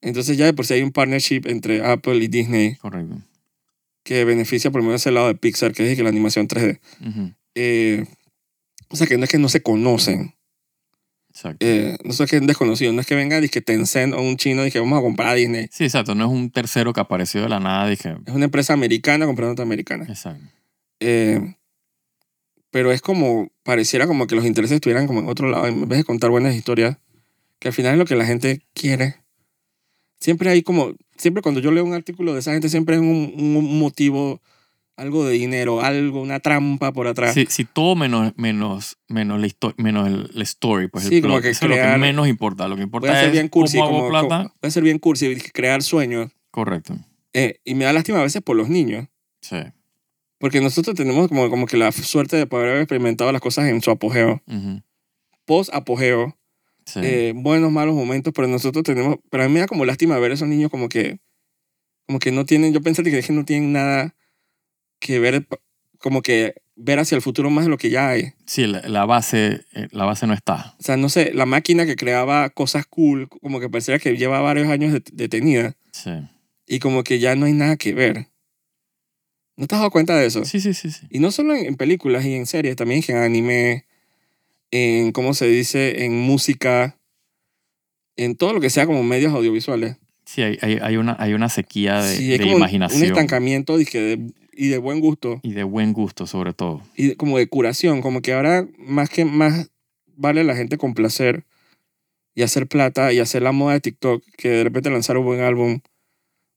Speaker 1: Entonces ya de por si hay un partnership entre Apple y Disney
Speaker 2: Correcto.
Speaker 1: que beneficia por lo menos el lado de Pixar, que es decir, que la animación 3D.
Speaker 2: Ujú,
Speaker 1: Eh, o sea, que no es que no se conocen.
Speaker 2: Exacto.
Speaker 1: Eh, no sé que es desconocido. No es que venga y que Tencent o un chino y que vamos a comprar a Disney.
Speaker 2: Sí, exacto. No es un tercero que apareció de la nada. Dije,
Speaker 1: Es una empresa americana comprando otra americana.
Speaker 2: exacto.
Speaker 1: Eh, pero es como, pareciera como que los intereses estuvieran como en otro lado, en vez de contar buenas historias, que al final es lo que la gente quiere. Siempre hay como, siempre cuando yo leo un artículo de esa gente, siempre hay un, un motivo, algo de dinero, algo, una trampa por atrás.
Speaker 2: Sí, sí, todo menos, menos, menos, la, histo- menos el, la story. Pues
Speaker 1: Sí,
Speaker 2: el
Speaker 1: como
Speaker 2: plot.
Speaker 1: que
Speaker 2: Eso es lo que
Speaker 1: crear-
Speaker 2: menos importa. Lo
Speaker 1: Voy
Speaker 2: que
Speaker 1: a
Speaker 2: importa
Speaker 1: ser
Speaker 2: es
Speaker 1: bien cursi,
Speaker 2: cómo hago
Speaker 1: como-
Speaker 2: plata.
Speaker 1: como- voy a ser bien cursi, y crear sueños.
Speaker 2: Correcto.
Speaker 1: Eh, y me da lástima a veces por los niños,
Speaker 2: Sí.
Speaker 1: porque nosotros tenemos como, como que la suerte de poder haber experimentado las cosas en su apogeo,
Speaker 2: ujú,
Speaker 1: post apogeo,
Speaker 2: sí.
Speaker 1: eh, buenos, malos momentos, pero nosotros tenemos, pero a mí me da como lástima ver esos niños como que, como que no tienen, yo pensé que es que no tienen nada que ver, como que ver hacia el futuro más de lo que ya hay.
Speaker 2: Sí, la, la base, eh, la base no está.
Speaker 1: O sea, no sé, la máquina que creaba cosas cool, como que parecía que lleva varios años det- detenida
Speaker 2: Sí.
Speaker 1: y como que ya no hay nada que ver. ¿No te has dado cuenta de eso?
Speaker 2: Sí, sí, sí, sí.
Speaker 1: Y no solo en, en películas y en series, también en anime, en, ¿cómo se dice?, en música, en todo lo que sea como medios audiovisuales.
Speaker 2: Sí, hay, hay, hay una, hay una sequía de,
Speaker 1: Sí, es
Speaker 2: de
Speaker 1: como un- Un
Speaker 2: imaginación
Speaker 1: estancamiento dizque, de- y de buen gusto
Speaker 2: y de buen gusto, sobre todo.
Speaker 1: y de- como de curación, como que ahora más que más vale la gente complacer y hacer plata y hacer la moda de TikTok que de repente lanzar un buen álbum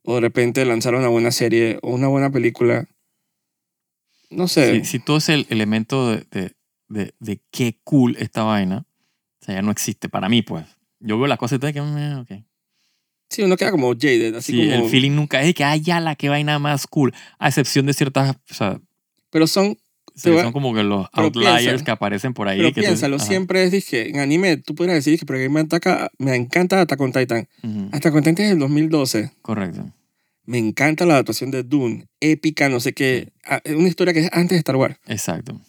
Speaker 1: o de repente lanzar una buena serie o una buena película. No sé,
Speaker 2: Si, si todo ese el- elemento de, de, de, de qué cool esta vaina, o sea, ya no existe para mí, pues. Yo veo las cosas y todo, y que, "Mm, ok".
Speaker 1: sí, uno queda como jaded, así
Speaker 2: Sí,
Speaker 1: como...
Speaker 2: el feeling nunca es que, ay, ya la que vaina más cool, a excepción de ciertas, o sea,
Speaker 1: Pero son,
Speaker 2: sí,
Speaker 1: va-
Speaker 2: son como que los
Speaker 1: pero
Speaker 2: outliers
Speaker 1: piénsalo.
Speaker 2: que aparecen por ahí.
Speaker 1: pero
Speaker 2: y que tú-
Speaker 1: piénsalo,
Speaker 2: ajá,
Speaker 1: siempre es, dije, en anime tú podrías decir, dizque, pero que me, ataca, me encanta Attack on Titan.
Speaker 2: ujú,
Speaker 1: Attack on Titan es del 2012.
Speaker 2: correcto.
Speaker 1: Me encanta la adaptación de Dune, épica, no sé qué. Ah, es Una historia que es antes de Star Wars.
Speaker 2: Exacto.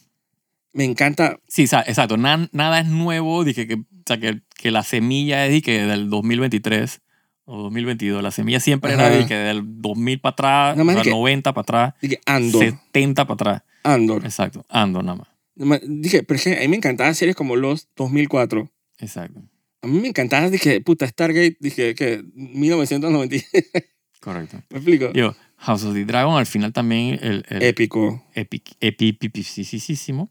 Speaker 1: Me encanta.
Speaker 2: Sí, o sea, exacto. na- nada es nuevo. Dije que, o sea, que, que la semilla es dije, del 2023 o 2022. La semilla siempre era
Speaker 1: Ajá.
Speaker 2: dije, del 2000 para atrás,
Speaker 1: Nada más
Speaker 2: o sea,
Speaker 1: que-
Speaker 2: 90 para atrás,
Speaker 1: Dije, Andor.
Speaker 2: 70 para atrás.
Speaker 1: Andor.
Speaker 2: Exacto. Ando nada más.
Speaker 1: Ma- Dije, pero es que a mí me encantaban series como Los 2004.
Speaker 2: Exacto.
Speaker 1: A mí me encantaba, dije, puta, Stargate, dije, que 1990.
Speaker 2: Correcto.
Speaker 1: ¿Me explico?
Speaker 2: Yo, House of the Dragon, al final también el, el
Speaker 1: Épico.
Speaker 2: epic, epipipicisísimo.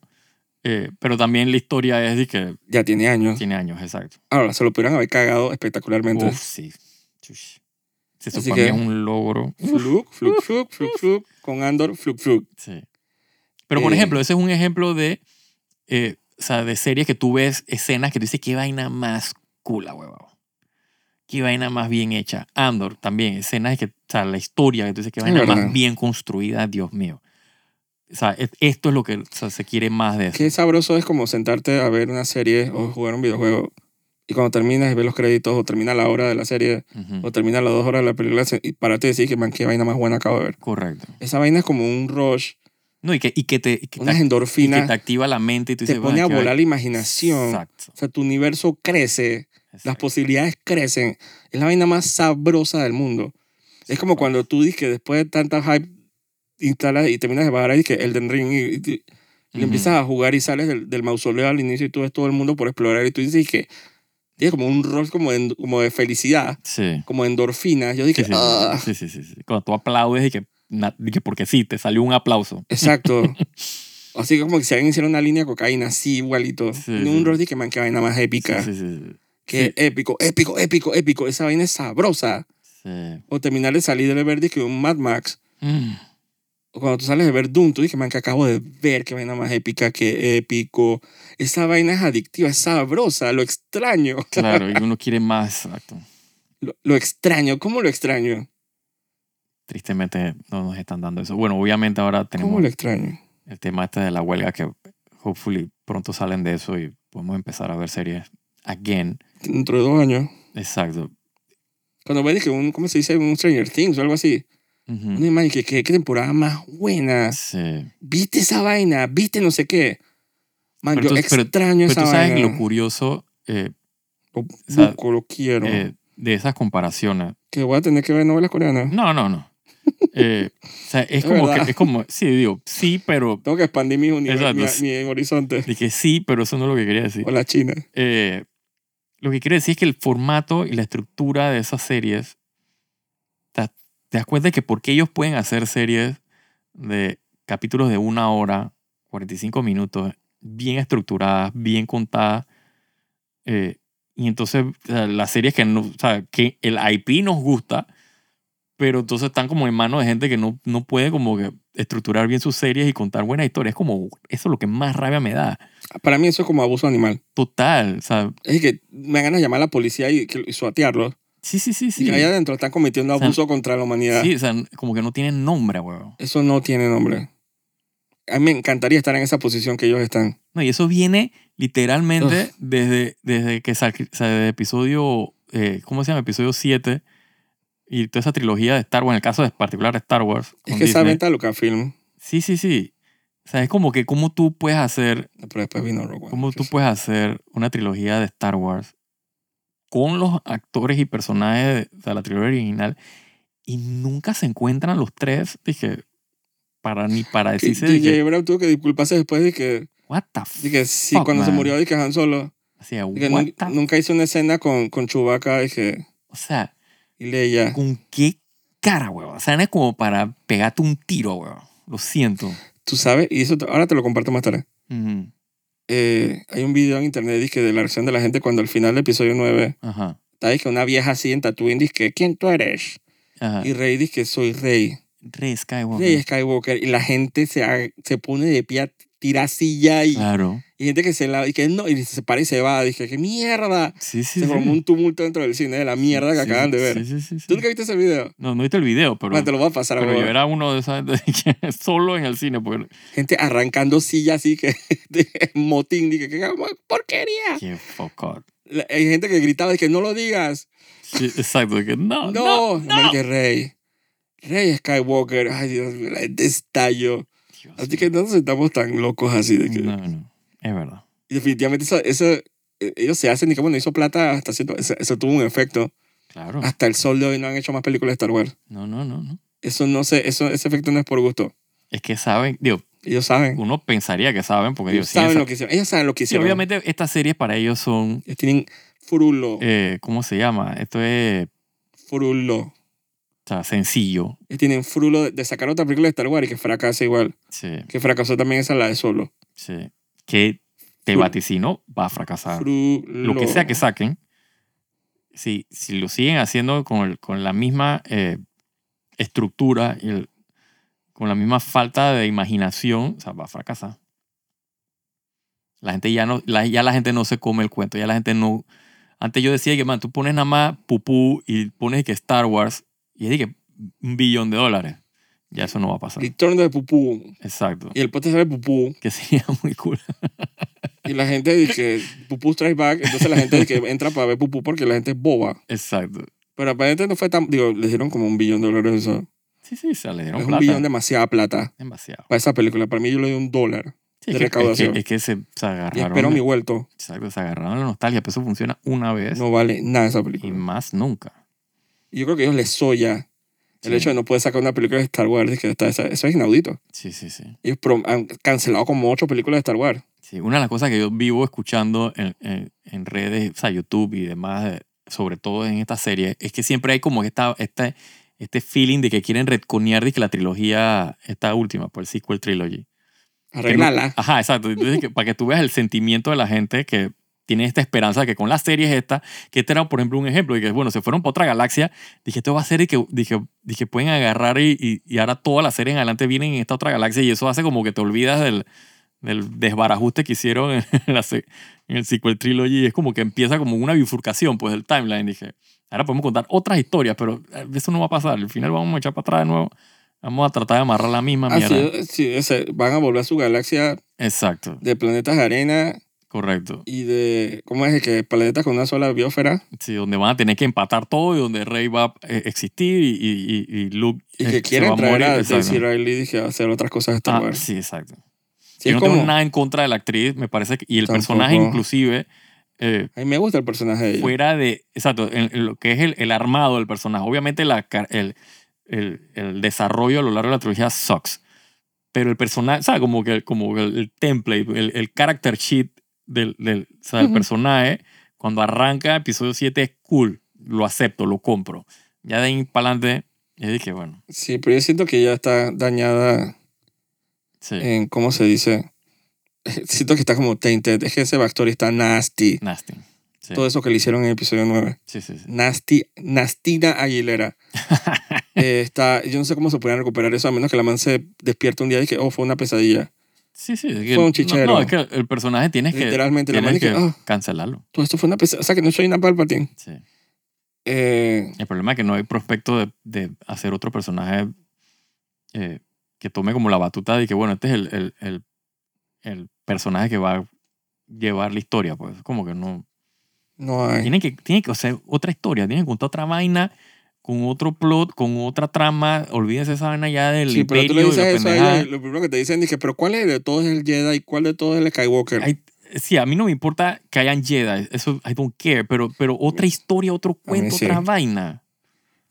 Speaker 2: Eh, pero también la historia es de que
Speaker 1: Ya tiene años.
Speaker 2: tiene años, exacto.
Speaker 1: Ahora, se lo pudieran haber cagado espectacularmente.
Speaker 2: Uf, sí. Chush. Sí, Eso
Speaker 1: Así
Speaker 2: para mí
Speaker 1: que-
Speaker 2: es un logro.
Speaker 1: Fluk, fluk, fluk, fluk, fluk. Con Andor, fluk, fluk.
Speaker 2: Sí. Pero, por
Speaker 1: Eh,
Speaker 2: ejemplo, ese es un ejemplo de, eh, o sea, de series que tú ves escenas que tú dices, qué vaina más cool, huevón. Qué vaina más bien hecha. Andor también, escenas que, o sea, la historia que tú dices, qué
Speaker 1: Es
Speaker 2: vaina
Speaker 1: verdad.
Speaker 2: más bien construida, Dios mío. O sea, es- esto es lo que o sea, se quiere más de eso.
Speaker 1: Qué sabroso es como sentarte a ver una serie o jugar un videojuego y cuando terminas y ves los créditos o termina la hora de la serie
Speaker 2: Ujú.
Speaker 1: o termina las dos horas de la película se- y parate y decir que man, qué vaina más buena acabo de ver.
Speaker 2: Correcto.
Speaker 1: Esa vaina es como un rush,
Speaker 2: No, y que, y que te, y que te
Speaker 1: unas
Speaker 2: ac- y que
Speaker 1: endorfinas,
Speaker 2: te activa la mente y tú
Speaker 1: te
Speaker 2: dices,
Speaker 1: pone
Speaker 2: "Bueno,
Speaker 1: a
Speaker 2: qué vaina".
Speaker 1: volar la imaginación.
Speaker 2: Exacto.
Speaker 1: O sea, tu universo crece, las
Speaker 2: exacto.
Speaker 1: posibilidades crecen. Es la vaina más sabrosa del mundo. Es como cuando tú dices que después de tanta hype instalas y terminas de bajar ahí que Elden Ring y, y- y
Speaker 2: Ujú.
Speaker 1: empiezas a jugar y sales del, del mausoleo al inicio y tú ves todo el mundo por explorar y tú dices que tienes como un rol como de, como de felicidad,
Speaker 2: Sí.
Speaker 1: como de endorfinas. Yo
Speaker 2: Sí,
Speaker 1: dije,
Speaker 2: sí,
Speaker 1: "Ah".
Speaker 2: sí, sí, sí, sí. Cuando tú aplaudes y que, na- y que porque sí, te salió un aplauso. *laughs*
Speaker 1: Exacto. Así que como que si alguien hiciera una línea de cocaína así igualito.
Speaker 2: Sí,
Speaker 1: un
Speaker 2: sí.
Speaker 1: rol que man, que vaina más épica.
Speaker 2: Sí, sí, sí, sí.
Speaker 1: Que
Speaker 2: sí.
Speaker 1: épico, épico, épico, épico. Esa vaina es sabrosa.
Speaker 2: Sí.
Speaker 1: O terminar de salir de ver que un Mad Max.
Speaker 2: Mm,
Speaker 1: O cuando tú sales de ver Doom, tú dices, man, que acabo de ver, qué vaina más épica, qué épico. Esa vaina es adictiva, es sabrosa, lo extraño. *laughs*
Speaker 2: claro, y uno quiere más, exacto.
Speaker 1: Lo, lo extraño, ¿cómo lo extraño?
Speaker 2: Tristemente no nos están dando eso. Bueno, obviamente ahora
Speaker 1: ¿Cómo
Speaker 2: tenemos
Speaker 1: lo extraño?
Speaker 2: el tema este de la huelga que hopefully pronto salen de eso y podemos empezar a ver series again.
Speaker 1: Dentro de dos años.
Speaker 2: Exacto.
Speaker 1: Cuando ves que un, ¿cómo se dice? Un Stranger Things o algo así.
Speaker 2: Ujú.
Speaker 1: No imagen, que, que, qué temporada más buena.
Speaker 2: Sí.
Speaker 1: Viste esa vaina, viste no sé qué. Man,
Speaker 2: Pero
Speaker 1: yo
Speaker 2: tú- pero-
Speaker 1: extraño
Speaker 2: Pero
Speaker 1: esa
Speaker 2: tú sabes
Speaker 1: vaina.
Speaker 2: lo curioso eh,
Speaker 1: Lo
Speaker 2: sea,
Speaker 1: busco, lo quiero.
Speaker 2: eh, de esas comparaciones.
Speaker 1: que voy a tener que ver novelas coreanas.
Speaker 2: No, no,
Speaker 1: *laughs*
Speaker 2: no. Eh, o sea, es
Speaker 1: Es
Speaker 2: como que,
Speaker 1: verdad.
Speaker 2: es como, sí, digo, sí, pero,
Speaker 1: Tengo que expandir mi, uni-
Speaker 2: Exacto.
Speaker 1: mi- mi horizonte.
Speaker 2: dije sí, pero eso no es lo que quería decir.
Speaker 1: O la China.
Speaker 2: Eh, lo que quiero decir es que el formato y la estructura de esas series, ta- te das cuenta de que porque ellos pueden hacer series de capítulos de una hora, 45 minutos, bien estructuradas, bien contadas, eh, y entonces o sea, las series que, no, o sea, que el IP nos gusta, pero entonces están como en manos de gente que no, no puede como que estructurar bien sus series y contar buenas historias. Es como, eso es lo que más rabia me da.
Speaker 1: Para mí eso es como abuso animal.
Speaker 2: Total, o sea,
Speaker 1: Es que me ganas de llamar a la policía y, que- y suatearlos.
Speaker 2: sí, sí, sí, sí.
Speaker 1: Y allá adentro están cometiendo
Speaker 2: O sea,
Speaker 1: abuso contra la humanidad.
Speaker 2: Sí, o sea, como que no tienen nombre, huevón.
Speaker 1: Eso no tiene nombre. A mí me encantaría estar en esa posición que ellos están.
Speaker 2: No, y eso viene literalmente desde, desde que sal- o sea, desde episodio, eh, ¿cómo se llama? Episodio 7 y toda esa trilogía de Star Wars, en el caso de particular de Star Wars. con
Speaker 1: Es que esa
Speaker 2: Disney.
Speaker 1: venta de Lucasfilm.
Speaker 2: Sí, sí, sí. O sea, es como que cómo tú puedes hacer,
Speaker 1: Pero después vino Rogue One.
Speaker 2: cómo tú
Speaker 1: Entonces,
Speaker 2: puedes hacer una trilogía de Star Wars con los actores y personajes de, de la trilogía original y nunca se encuentran los tres, dije, para ni para
Speaker 1: que
Speaker 2: decirse, de
Speaker 1: DJ
Speaker 2: que,
Speaker 1: Abrams tuvo que disculparse después de que,
Speaker 2: what the fuck.
Speaker 1: de que sí,
Speaker 2: Fuck,
Speaker 1: cuando se
Speaker 2: man.
Speaker 1: murió de que Han Solo.
Speaker 2: O sea,
Speaker 1: de que
Speaker 2: what
Speaker 1: nun-
Speaker 2: the-
Speaker 1: nunca hizo una escena con, con Chewbacca de que,
Speaker 2: o sea,
Speaker 1: y Leia.
Speaker 2: ¿con qué cara, weón? O sea, no es como para pegarte un tiro, weón. Lo siento.
Speaker 1: Tú sabes, y eso te- ahora te lo comparto más tarde.
Speaker 2: Ujú,
Speaker 1: Eh, hay un video en internet dizque, de la reacción de la gente cuando al final del episodio 9
Speaker 2: Ajá.
Speaker 1: está dizque, una vieja así en Tatooine dice ¿quién tú eres?
Speaker 2: Ajá.
Speaker 1: Y Rey dice soy Rey.
Speaker 2: Rey Skywalker.
Speaker 1: Rey Skywalker. Y la gente se, ha- se pone de pie, tira silla y,
Speaker 2: Claro.
Speaker 1: y gente que se la... Y que no, y se para y se va. Dije, ¿qué mierda?
Speaker 2: Sí, sí,
Speaker 1: se
Speaker 2: sí.
Speaker 1: formó un tumulto dentro del cine de la mierda que
Speaker 2: Sí,
Speaker 1: acaban de
Speaker 2: sí,
Speaker 1: ver.
Speaker 2: Sí, sí, sí. sí.
Speaker 1: ¿Tú nunca viste ese video?
Speaker 2: No, no viste el video, pero,
Speaker 1: Man, te lo voy a pasar,
Speaker 2: pero
Speaker 1: bro.
Speaker 2: yo era uno de esas *laughs* de que solo en el cine.
Speaker 1: *laughs*
Speaker 2: Porque,
Speaker 1: Gente arrancando sillas así que... *laughs* de motín. Dije, ¿qué porquería?
Speaker 2: qué fuck out.
Speaker 1: La- Hay gente que gritaba, dije, no lo digas.
Speaker 2: Sí, exacto. de Que, no, no.
Speaker 1: No, no, que Rey. Rey Skywalker. Ay, Dios mío, la gente estalló.
Speaker 2: Dios
Speaker 1: Así
Speaker 2: mío.
Speaker 1: que no nos estamos tan locos así. De que,
Speaker 2: No, no. Es verdad.
Speaker 1: y definitivamente eso, eso- eh, ellos se hacen y que bueno, hizo plata hasta cierto... Eso, eso tuvo un efecto.
Speaker 2: Claro.
Speaker 1: Hasta el sol de hoy no han hecho más películas de Star Wars.
Speaker 2: No, no, no, no.
Speaker 1: Eso no sé, eso, ese efecto no es por gusto.
Speaker 2: Es que saben, digo,
Speaker 1: Ellos saben.
Speaker 2: uno pensaría que saben, porque digo,
Speaker 1: ellos
Speaker 2: sí,
Speaker 1: saben
Speaker 2: esa-
Speaker 1: lo que hicieron. Ellos saben lo que
Speaker 2: Sí,
Speaker 1: hicieron.
Speaker 2: obviamente estas series para ellos son,
Speaker 1: Ellos tienen frulo,
Speaker 2: eh, ¿cómo se llama? Esto es
Speaker 1: frulo.
Speaker 2: o sea, sencillo.
Speaker 1: Ellos tienen frulo de, de sacar otra película de Star Wars y que fracasa igual.
Speaker 2: Sí,
Speaker 1: Que fracasó también esa la de Solo.
Speaker 2: sí. Que te
Speaker 1: Fru-
Speaker 2: vaticino va a fracasar.
Speaker 1: Frulo.
Speaker 2: Ah. Lo que sea que saquen, si, si lo siguen haciendo con, el- con la misma eh, estructura y el- con la misma falta de imaginación, o sea, va a fracasar. La gente ya no, la- ya la gente no se come el cuento, ya la gente no, Antes yo decía que, man, tú pones nada más pupú y pones que Star Wars y es que un billón de dólares. Ya eso no va a pasar.
Speaker 1: Return de Pupú.
Speaker 2: Exacto.
Speaker 1: Y el pote sale Pupú.
Speaker 2: Que sería *laughs* muy cool.
Speaker 1: Y la gente dice Pupú Strike Back. Entonces la gente dice entra para ver Pupú porque la gente es boba.
Speaker 2: Exacto.
Speaker 1: Pero aparentemente no fue tan. Digo, le dieron como un billón de dólares. Eso.
Speaker 2: Sí, sí, se le dieron
Speaker 1: es un
Speaker 2: plata.
Speaker 1: billón demasiada plata
Speaker 2: Demasiado.
Speaker 1: para esa película. Para mí yo le doy un dólar.
Speaker 2: Sí,
Speaker 1: de
Speaker 2: es, que, es,
Speaker 1: recaudación.
Speaker 2: que, es que se, se
Speaker 1: Y espero
Speaker 2: agarraron.
Speaker 1: mi vuelto.
Speaker 2: Exacto, se agarraron la nostalgia, pero eso funciona una vez
Speaker 1: No vale nada esa
Speaker 2: y
Speaker 1: película.
Speaker 2: más nunca.
Speaker 1: Y yo creo que ellos les soya el
Speaker 2: Sí.
Speaker 1: hecho de no poder sacar una película de Star Wars. es que está- está- eso es inaudito.
Speaker 2: Sí, sí, sí,
Speaker 1: Ellos prom- han cancelado como ocho películas de Star Wars.
Speaker 2: sí. Una de las cosas que yo vivo escuchando en, en- en redes, o sea, YouTube y demás, eh, sobre todo en esta serie, es que siempre hay como esta, esta, este feeling de que quieren retconear de que la trilogía, esta última, por el sequel trilogy. Que no-
Speaker 1: Arreglala.
Speaker 2: Ajá, exacto. Entonces, que- para que tú veas el sentimiento de la gente que tiene esta esperanza que con las series esta, que este era, por ejemplo, un ejemplo, de que, bueno, se fueron para otra galaxia, dije, esto va a ser, y que, dije, dije pueden agarrar y, y, y ahora todas las series en adelante vienen en esta otra galaxia y eso hace como que te olvidas del, del desbarajuste que hicieron en, *laughs* la se- en el sequel trilogy y es como que empieza como una bifurcación, pues, del timeline, dije, ahora podemos contar otras historias, pero eh, eso no va a pasar, al final vamos a echar para atrás de nuevo, vamos a tratar de amarrar la misma
Speaker 1: Así
Speaker 2: mierda.
Speaker 1: es, sí, ese- van a volver a su galaxia
Speaker 2: Exacto.
Speaker 1: de planetas de arena
Speaker 2: Correcto.
Speaker 1: y de, ¿cómo es? De Que planetas con una sola biosfera
Speaker 2: Sí, donde van a tener que empatar todo y donde Rey va a eh, existir y, y, y- y Luke
Speaker 1: y
Speaker 2: eh,
Speaker 1: que
Speaker 2: se va
Speaker 1: quieren
Speaker 2: a
Speaker 1: traer
Speaker 2: morir.
Speaker 1: a
Speaker 2: Exacto.
Speaker 1: Daisy Riley dije, a hacer otras cosas de Star
Speaker 2: Ah,
Speaker 1: Wars.
Speaker 2: sí, exacto.
Speaker 1: este Sí,
Speaker 2: Yo
Speaker 1: es
Speaker 2: no
Speaker 1: como,
Speaker 2: tengo nada en contra de la actriz, me parece, que- y el
Speaker 1: Tampoco.
Speaker 2: personaje inclusive, eh,
Speaker 1: A mí me gusta el personaje de ella.
Speaker 2: fuera de, exacto, en, en lo que es el, el armado del personaje. Obviamente la, car- el, el, el desarrollo a lo largo de la trilogía sucks, pero el personaje, ¿sabes? Como que como el, el template, el, el character sheet del, del, o sea, del
Speaker 1: Ujú.
Speaker 2: personaje, cuando arranca episodio 7 es cool, lo acepto, lo compro. Ya de ahí para adelante, yo dije, bueno,
Speaker 1: Sí, pero yo siento que ella está dañada
Speaker 2: sí,
Speaker 1: en, ¿cómo se dice? *laughs* Siento que está como tainted. Es que ese backstory está nasty.
Speaker 2: nasty. Sí,
Speaker 1: Todo eso que le hicieron en el episodio 9.
Speaker 2: sí, sí. sí.
Speaker 1: Nasty, Nastina
Speaker 2: *laughs*
Speaker 1: Aguilera. Eh, está, yo no sé cómo se pueden recuperar eso, a menos que la man se despierta un día y dice, oh, fue una pesadilla.
Speaker 2: Sí, sí, es que-
Speaker 1: Fue un
Speaker 2: no,
Speaker 1: chichero.
Speaker 2: No, es que el personaje tienes que,
Speaker 1: Literalmente, la man
Speaker 2: tienes
Speaker 1: dice,
Speaker 2: que
Speaker 1: ah,
Speaker 2: cancelarlo.
Speaker 1: todo esto fue una pesadilla. O sea, que no soy una Palpatine.
Speaker 2: Sí.
Speaker 1: Eh,
Speaker 2: El problema es que no hay prospecto de, de hacer otro personaje eh, que tome como la batuta de que, bueno, este es el, el, el, el personaje que va a llevar la historia. Pues como que no...
Speaker 1: no hay.
Speaker 2: Tiene que, tiene que hacer otra historia, tiene que contar otra vaina con otro plot, con otra trama. Olvídense esa vaina ya del
Speaker 1: Sí, pero tú le
Speaker 2: imperio y la
Speaker 1: dices eso a
Speaker 2: pendejada.
Speaker 1: ella y lo primero que te dicen es que, pero ¿cuál es de todos es el Jedi y cuál de todos es el Skywalker?
Speaker 2: Hay- sí, a mí no me importa que hayan Jedi, eso I don't care, pero, pero otra historia, otro cuento,
Speaker 1: sí.
Speaker 2: otra vaina.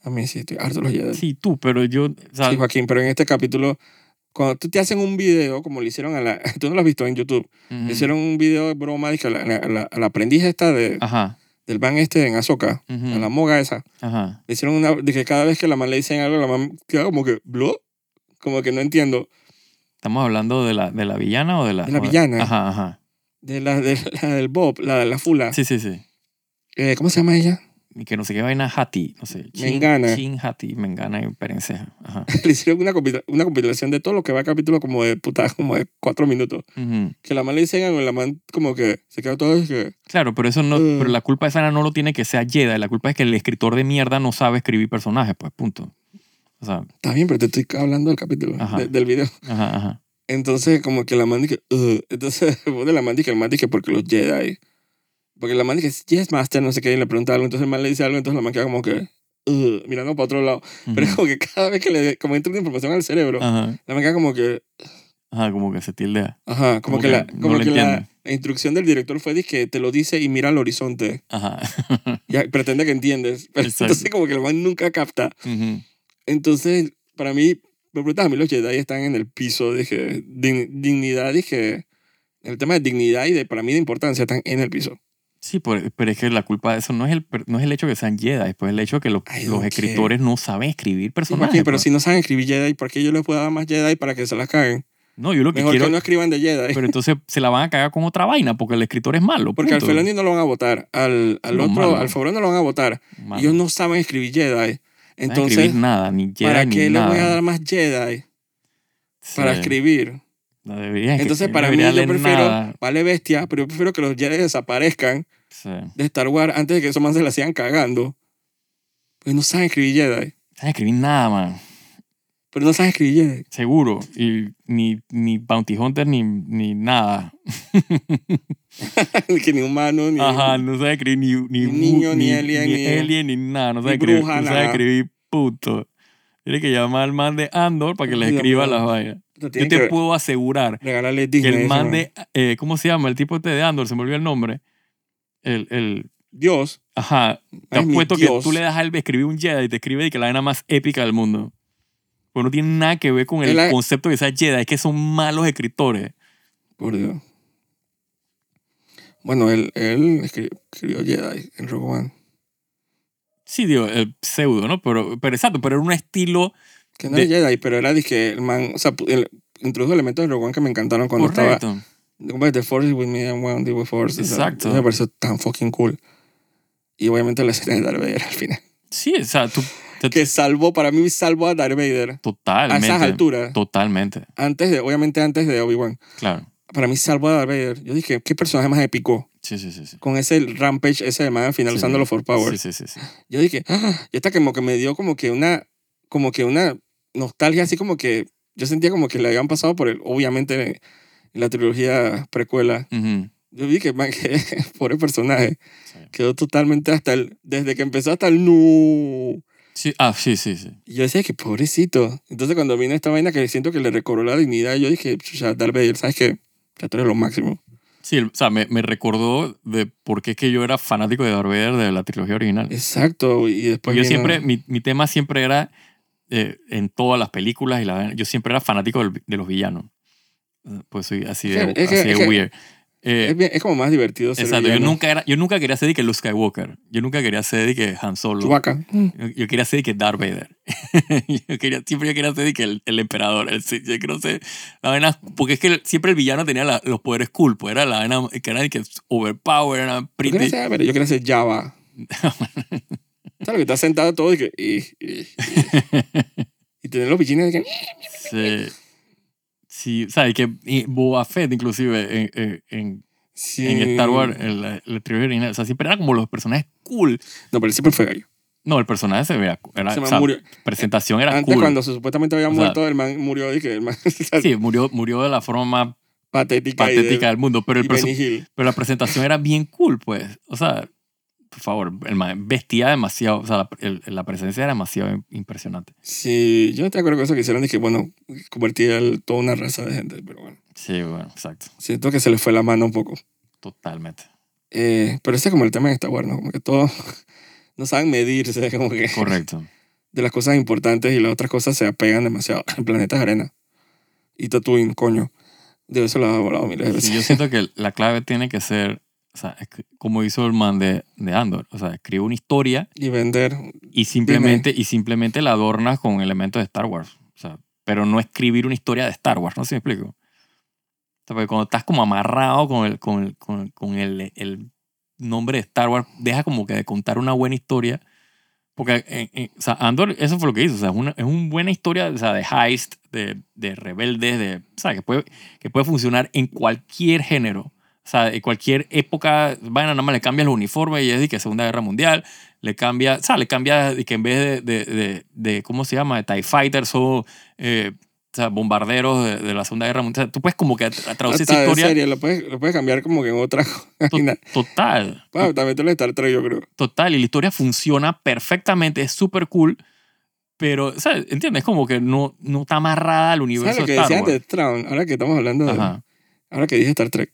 Speaker 1: A mí sí, estoy harto de los Jedi.
Speaker 2: Sí, tú, pero yo, o sea,
Speaker 1: Sí, Joaquín, pero en este capítulo, cuando tú te hacen un video, como le hicieron a la... *laughs* Tú no lo has visto en YouTube.
Speaker 2: ujú.
Speaker 1: Le hicieron un video de broma de que a la, a la- a la aprendiz esta de,
Speaker 2: ajá,
Speaker 1: del van este en Azoka,
Speaker 2: ujú,
Speaker 1: a la moga esa,
Speaker 2: ajá,
Speaker 1: le hicieron una... De que cada vez que la man le dicen algo, la man queda como que... ¿Blo? Como que no entiendo.
Speaker 2: estamos hablando de la, de la villana o de la,
Speaker 1: De la
Speaker 2: o
Speaker 1: villana.
Speaker 2: Ajá, ajá,
Speaker 1: De la, de la del Bob, la de la fula.
Speaker 2: sí, sí, sí,
Speaker 1: Eh, ¿Cómo se llama ella? *laughs*
Speaker 2: y que no sé qué vaina Hati, no sé, Chin-
Speaker 1: Mengana.
Speaker 2: Chin Hati, Mengana y Perenceja, ajá,
Speaker 1: Le hicieron una, compila- una compilación de todo lo que va al capítulo como de puta, como de cuatro minutos.
Speaker 2: ujú.
Speaker 1: Que la man le dicen algo y la man como que se queda todo y que...
Speaker 2: claro, pero eso no,
Speaker 1: Mm.
Speaker 2: pero la culpa de esa no lo tiene que sea Jedi, la culpa es que el escritor de mierda no sabe escribir personajes, pues, punto, o sea,
Speaker 1: Está bien, pero te estoy hablando del capítulo,
Speaker 2: Ajá.
Speaker 1: de- del video.
Speaker 2: ajá, ajá,
Speaker 1: Entonces, como que la man dije, "Ugh". entonces *laughs* pone la man dije, el man dije, porque los Jedi. Porque la man dije, yes, master, no sé qué, y le pregunta algo, entonces el man le dice algo, entonces la man queda como que, "Ugh", mirando para otro lado. Pero es
Speaker 2: ujú, Ah.
Speaker 1: como que cada vez que le como entra una información al cerebro,
Speaker 2: ajá,
Speaker 1: la man queda como que,
Speaker 2: ajá, como que se tildea,
Speaker 1: ajá, como,
Speaker 2: Como
Speaker 1: que,
Speaker 2: que
Speaker 1: la,
Speaker 2: no
Speaker 1: como
Speaker 2: lo
Speaker 1: que la,
Speaker 2: entiende.
Speaker 1: la instrucción del director fue, dije, te lo dice y mira al horizonte.
Speaker 2: ajá, *laughs*
Speaker 1: Ya, pretende que entiendes. *laughs* Pero
Speaker 2: Exacto.
Speaker 1: entonces como que la man nunca capta.
Speaker 2: ujú.
Speaker 1: Entonces, para mí, me preguntas a mí, los Jedi están en el piso, dije, din- dignidad, dije, el tema de dignidad y de, para mí de importancia están en el piso.
Speaker 2: Sí, por- pero es que la culpa de eso no es el, per- no es el hecho que sean Jedi, es el hecho que los,
Speaker 1: I
Speaker 2: los
Speaker 1: don't
Speaker 2: escritores no saben escribir
Speaker 1: Sí,
Speaker 2: personajes.
Speaker 1: Joaquín, pero
Speaker 2: pues.
Speaker 1: si no saben escribir Jedi, ¿por qué yo les puedo dar más Jedi para que se las caguen?
Speaker 2: No, yo lo que
Speaker 1: Mejor
Speaker 2: quiero.
Speaker 1: que no escriban de *laughs* Jedi.
Speaker 2: Pero entonces se la van a cagar con otra vaina porque el escritor es malo.
Speaker 1: Porque
Speaker 2: punto.
Speaker 1: al Felony no lo van a votar, al, al
Speaker 2: No,
Speaker 1: otro,
Speaker 2: malo.
Speaker 1: al Favreau no lo van a votar.
Speaker 2: Malo.
Speaker 1: Ellos no saben escribir Jedi.
Speaker 2: No saben escribir
Speaker 1: Entonces,
Speaker 2: nada, ni Jedi
Speaker 1: ¿para
Speaker 2: ni
Speaker 1: qué les
Speaker 2: nada.
Speaker 1: voy a dar más Jedi para
Speaker 2: Sí,
Speaker 1: escribir?
Speaker 2: no deberían
Speaker 1: Entonces,
Speaker 2: escribir,
Speaker 1: para
Speaker 2: no
Speaker 1: mí,
Speaker 2: deberían
Speaker 1: yo
Speaker 2: leer
Speaker 1: prefiero,
Speaker 2: nada.
Speaker 1: vale bestia, pero yo prefiero que los Jedi desaparezcan
Speaker 2: Sí.
Speaker 1: de Star Wars antes de que esos man se la sigan cagando. Pues no saben escribir Jedi.
Speaker 2: Saben escribir nada, man.
Speaker 1: Pero no saben escribir Jedi. *laughs*
Speaker 2: Seguro. Y ni, ni Bounty Hunter ni, ni nada.
Speaker 1: que ni humano, ni...
Speaker 2: Ajá, no saben escribir ni, ni,
Speaker 1: ni niño, ni alien,
Speaker 2: ni,
Speaker 1: ni-
Speaker 2: alien, ni nada. No saben
Speaker 1: ni
Speaker 2: escribir,
Speaker 1: bruja,
Speaker 2: no saben
Speaker 1: nada.
Speaker 2: escribir puto. Tiene que llamar al man de Andor para que les
Speaker 1: Sí,
Speaker 2: escriba
Speaker 1: amigo.
Speaker 2: las vainas.
Speaker 1: Lo
Speaker 2: Yo
Speaker 1: tienen
Speaker 2: te
Speaker 1: que
Speaker 2: puedo asegurar
Speaker 1: regalarle
Speaker 2: que
Speaker 1: Disney.
Speaker 2: el
Speaker 1: ese
Speaker 2: man
Speaker 1: man.
Speaker 2: de, eh, ¿cómo se llama? El tipo este de Andor, se me olvidó el nombre. El, el,
Speaker 1: Dios.
Speaker 2: ajá, te
Speaker 1: Ay, mi
Speaker 2: apuesto que
Speaker 1: Dios.
Speaker 2: tú le das al escribir un Jedi y te escribe de que la vaina más épica del mundo. Pues no tiene nada que ver con el
Speaker 1: Él ha-
Speaker 2: concepto de sea Jedi, es que son malos escritores.
Speaker 1: Por Dios. Bueno, él, él escri- escribió Jedi en Rogue One.
Speaker 2: Sí, digo, el pseudo, ¿no? Pero, pero exacto, pero era un estilo
Speaker 1: Que no
Speaker 2: De-
Speaker 1: era Jedi, pero era que el man... O sea, pu- él introdujo elementos de Rogue One que me encantaron cuando
Speaker 2: correcto.
Speaker 1: estaba... Como es The Force is with me and one with Force. O sea,
Speaker 2: Exacto.
Speaker 1: Me pareció tan fucking cool. Y obviamente la escena de Darth Vader al final. *laughs*
Speaker 2: Sí, o sea, tú, te-
Speaker 1: Que salvó, para mí salvó a Darth Vader. a
Speaker 2: totalmente.
Speaker 1: esas alturas,
Speaker 2: Totalmente,
Speaker 1: antes de, obviamente antes de Obi-Wan,
Speaker 2: claro.
Speaker 1: para mí salvo a Darth Vader. Yo dije, ¿qué personaje más épico?
Speaker 2: Sí, sí, sí. sí.
Speaker 1: Con ese rampage, ese de man al final
Speaker 2: Sí.
Speaker 1: usando los Four
Speaker 2: Sí,
Speaker 1: Powers.
Speaker 2: sí, sí, sí.
Speaker 1: Yo dije, ¡ah! y esta como que me dio como que una, como que una nostalgia así como que yo sentía como que le habían pasado por el, obviamente la trilogía precuela
Speaker 2: Ujú.
Speaker 1: Yo vi que, man, *laughs* que pobre personaje
Speaker 2: Sí.
Speaker 1: quedó totalmente hasta el. Desde que empezó hasta el no.
Speaker 2: Sí, ah, sí, sí, sí.
Speaker 1: Y yo decía que pobrecito. Entonces, cuando vino esta vaina que siento que le recobró la dignidad, yo dije, ya, Darth Vader, ¿sabes qué? Ya tú eres lo máximo.
Speaker 2: Sí, el- o sea, me, me recordó de por qué es que yo era fanático de Darth Vader de la trilogía original.
Speaker 1: Exacto. Y después.
Speaker 2: yo
Speaker 1: vino-
Speaker 2: siempre, mi, mi tema siempre era, eh, en todas las películas, y la, yo siempre era fanático del- de los villanos. Eh, Pues soy así de,
Speaker 1: Es que- es que-
Speaker 2: así de
Speaker 1: es que-
Speaker 2: weird. Eh,
Speaker 1: Es, bien- es como más divertido ser
Speaker 2: exacto, yo
Speaker 1: villano.
Speaker 2: nunca, era, yo nunca quería ser de que Luke Skywalker. Yo nunca quería ser de que Han Solo.
Speaker 1: Chewbacca.
Speaker 2: Yo, yo quería ser de que Darth Vader. *laughs* yo quería, siempre yo quería ser de que el, el emperador. El, Sith, yo no sé. La vaina, porque es que el- siempre el villano tenía la- los poderes cool. Pues era la vaina que era de que overpower, era
Speaker 1: Yo
Speaker 2: pretty.
Speaker 1: quería ser, pero yo quería ser
Speaker 2: *laughs*
Speaker 1: Java. ¿Sabes? Que está sentado todo y que. Y, y, y tener los bichines de que.
Speaker 2: Sí. Sí, o sea, y que y Boba Fett, inclusive, en, en- en,
Speaker 1: Sí.
Speaker 2: en Star Wars, en la, la trilogía original, o sea, siempre eran como los personajes cool.
Speaker 1: No, pero él siempre fue gallo.
Speaker 2: No, el personaje se veía, era,
Speaker 1: Se
Speaker 2: o
Speaker 1: me
Speaker 2: sea,
Speaker 1: murió.
Speaker 2: presentación era
Speaker 1: Antes,
Speaker 2: cool.
Speaker 1: cuando se- supuestamente había
Speaker 2: O sea-
Speaker 1: muerto, el man murió y que el man. *laughs*
Speaker 2: Sí, murió, murió de la forma más
Speaker 1: patética. y de-
Speaker 2: patética del mundo, pero, el
Speaker 1: y
Speaker 2: perso-
Speaker 1: Benny Hill.
Speaker 2: pero la presentación era bien cool, pues. O sea, por favor, el man vestía demasiado, o sea, la, el- la presencia era demasiado impresionante.
Speaker 1: Sí, yo no te acuerdo con eso que hicieron de que, bueno, convertir a toda una raza de gente, pero bueno.
Speaker 2: Sí, bueno, exacto,
Speaker 1: Siento que se le fue la mano un poco.
Speaker 2: totalmente.
Speaker 1: Eh, pero ese es como el tema de Star Wars, ¿no? Como que todos *laughs* no saben medirse, *laughs* como que
Speaker 2: *laughs* Correcto.
Speaker 1: de las cosas importantes y las otras cosas se apegan demasiado. *laughs* Planetas de arena. Y Tatooine, coño. De eso lo he hablado miles de
Speaker 2: Sí,
Speaker 1: veces.
Speaker 2: yo siento que la clave tiene que ser, o sea, es que como hizo el man de, de Andor, o sea, escribe una historia
Speaker 1: *laughs* Y vender.
Speaker 2: y simplemente, y simplemente la adornas con elementos de Star Wars. O sea, pero no escribir una historia de Star Wars, ¿no? ¿Sí me explico? O sea, porque cuando estás como amarrado con el, con el, con, con el, el nombre de Star Wars, deja como que de contar una buena historia. Porque en- en- o sea, Andor, eso fue lo que hizo. O sea, es una, es una buena historia o sea, de heist, de, de rebeldes, de, o sea, que puede, que puede funcionar en cualquier género. O sea, en cualquier época, van nada más le cambias el uniforme y es de que Segunda Guerra Mundial, le cambia, o sea, le cambia de que en vez de, de, de, de- ¿cómo se llama? De TIE Fighters o, eh, o sea, bombarderos de, de la Segunda Guerra Mundial. O sea, tú puedes como que tra- traducir esa
Speaker 1: Hasta de
Speaker 2: historia
Speaker 1: serie, lo puedes, lo puedes cambiar como que en otra *laughs* página.
Speaker 2: total.
Speaker 1: Bueno, también te lo Star Trek, yo creo.
Speaker 2: total y la historia funciona perfectamente, es súper cool, pero, o sea, ¿entiendes? Como que no, no está amarrada al
Speaker 1: ¿Sabes
Speaker 2: universo
Speaker 1: lo que
Speaker 2: de Star
Speaker 1: decía antes de
Speaker 2: Wars.
Speaker 1: Traun? Ahora que estamos hablando de.
Speaker 2: Ajá. *laughs*
Speaker 1: Ahora que dije Star Trek.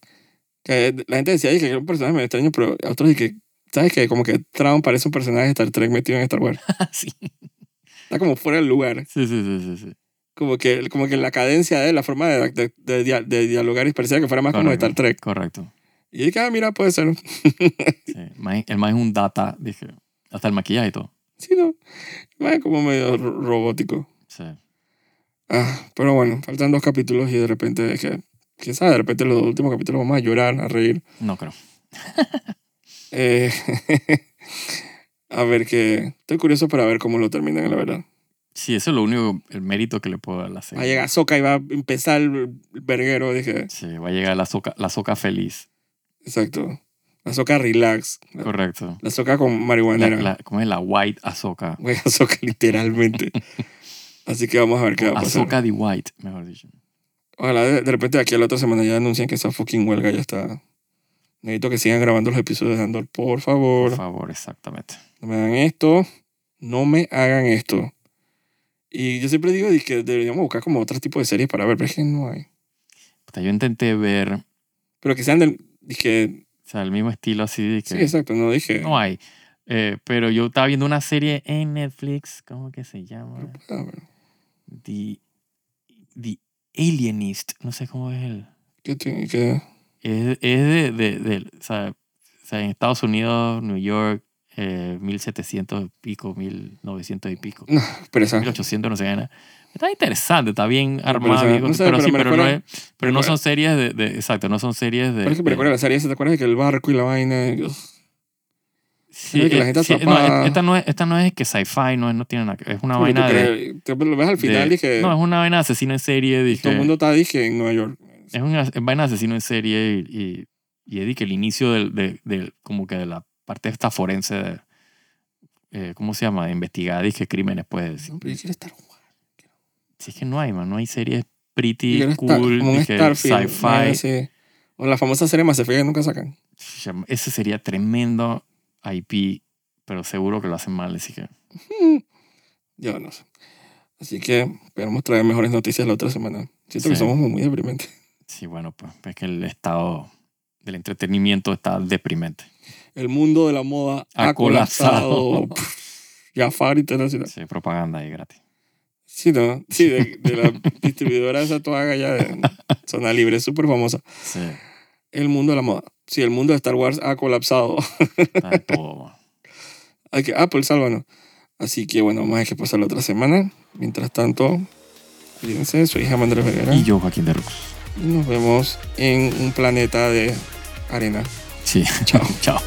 Speaker 1: Que la gente decía "Ay, que era un personaje medio extraño, pero otros que ¿Sabes que Como que Traun parece un personaje de Star Trek metido en Star
Speaker 2: *laughs*
Speaker 1: Wars.
Speaker 2: sí,
Speaker 1: Está como fuera del lugar.
Speaker 2: sí, sí, sí, sí, sí.
Speaker 1: Como que, como que la cadencia de él, la forma de, de, de dia- de dialogar y parecía que fuera más como de
Speaker 2: Correcto,
Speaker 1: Star Trek.
Speaker 2: Correcto.
Speaker 1: Y dije, ah, mira, puede ser.
Speaker 2: Sí. El man el man es un data, dije, hasta el maquillaje y todo.
Speaker 1: Sí, no. Bueno, como medio ro- robótico.
Speaker 2: Sí.
Speaker 1: Ah, pero bueno, faltan dos capítulos y de repente, que, quién sabe, de repente los últimos capítulos vamos a llorar, a reír.
Speaker 2: No creo.
Speaker 1: Eh, *laughs* a ver, que estoy curioso para ver cómo lo terminan, la verdad.
Speaker 2: Sí, eso es lo único, el mérito que le puedo dar a la serie.
Speaker 1: Va a llegar Soca y va a empezar el verguero, dije.
Speaker 2: Sí, va a llegar la soca, la soca feliz.
Speaker 1: Exacto. La Soca relax. La,
Speaker 2: Correcto.
Speaker 1: la Soca con
Speaker 2: La,
Speaker 1: marihuanera.
Speaker 2: la- ¿Cómo es la White Azoka?
Speaker 1: Güey, Ahsoka, literalmente. Así que vamos a ver qué va a pasar.
Speaker 2: Azoka de White, mejor dicho.
Speaker 1: Ojalá de, de repente de aquí a la otra semana ya anuncien que esa fucking huelga ya está. Necesito que sigan grabando los episodios de Andor, por
Speaker 2: Por
Speaker 1: favor.
Speaker 2: favor, exactamente.
Speaker 1: No me hagan esto. No me hagan esto. Y yo siempre digo de que deberíamos buscar como otro tipo de series para ver, pero es que no hay.
Speaker 2: Puta, yo intenté ver, o
Speaker 1: Pero que sean del... Dije,
Speaker 2: sea, el mismo estilo así de que...
Speaker 1: sí, exacto, no dije...
Speaker 2: No hay. Eh, pero yo estaba viendo una serie en Netflix, ¿cómo que se llama?
Speaker 1: Ah, bueno,
Speaker 2: The, The Alienist, no sé cómo es él.
Speaker 1: ¿qué te- qué?
Speaker 2: Es, es de, de, de- o, sea, o sea, en Estados Unidos, New York, eh, 1700 y pico, 1900 y pico,
Speaker 1: No, pereza.
Speaker 2: 1800, no sé qué. era. Está interesante, está bien
Speaker 1: parece-
Speaker 2: armado. bien-
Speaker 1: no sé,
Speaker 2: pero,
Speaker 1: pero
Speaker 2: sí,
Speaker 1: me
Speaker 2: pero, no,
Speaker 1: recuerda-
Speaker 2: es- pero no son series de, de- Exacto, no son series de...
Speaker 1: Pero es que me
Speaker 2: de-
Speaker 1: recuerda la serie esa, ¿te acuerdas de que el barco y la vaina? Ugh.
Speaker 2: Sí,
Speaker 1: Creo que la
Speaker 2: eh,
Speaker 1: gente
Speaker 2: sí, no,
Speaker 1: atrapada-
Speaker 2: e- esta, no es, esta no es que sci-fi, no, es- no tiene nada que Es una
Speaker 1: Como que tú
Speaker 2: vaina de...
Speaker 1: crees- te- lo ves al final
Speaker 2: de-
Speaker 1: dije...
Speaker 2: No, es una vaina de asesino en serie. Dije,
Speaker 1: todo el mundo está, dije, en Nueva York.
Speaker 2: Es una es vaina de asesino en serie y, y, y es de que el inicio del, de- del- como que de la parte esta forense de, eh, ¿cómo se llama? De investigar, dije, crímenes, pues.
Speaker 1: No, pero yo quiero estar
Speaker 2: Si es que no hay, man, no hay series
Speaker 1: Yo
Speaker 2: pretty
Speaker 1: quiero estar
Speaker 2: cool,
Speaker 1: como un
Speaker 2: dije,
Speaker 1: Starfield.
Speaker 2: sci-fi.
Speaker 1: vaina así. O la famosa serie Mass Effect que nunca sacan.
Speaker 2: Ese sería tremendo IP, pero seguro que lo hacen mal, así que...
Speaker 1: Yo no sé. Así que esperamos traer mejores noticias la otra semana. Siento que
Speaker 2: Sí.
Speaker 1: somos muy deprimentes.
Speaker 2: Sí, bueno, pues es que el estado del entretenimiento está deprimente.
Speaker 1: El mundo de la moda ha,
Speaker 2: Ha colapsado.
Speaker 1: colapsado.
Speaker 2: *laughs*
Speaker 1: Jafar Internacional.
Speaker 2: Sí, propaganda ahí gratis.
Speaker 1: Sí, ¿no? Sí, de, de
Speaker 2: *laughs*
Speaker 1: la distribuidora esa toaga ya de zona libre, súper famosa.
Speaker 2: Sí,
Speaker 1: El mundo de la moda. Sí, el mundo de Star Wars ha colapsado. *laughs*
Speaker 2: está de todo.
Speaker 1: Hay que, Apple, sálvanos. Así que bueno, vamos a ver qué pasa la otra semana. Mientras tanto, cuídense. Soy Jaime Andrés Vergara.
Speaker 2: Y yo, Joaquín de Rux.
Speaker 1: Y nos vemos en un planeta de arena.
Speaker 2: Sí,
Speaker 1: Chao.
Speaker 2: *laughs* chao.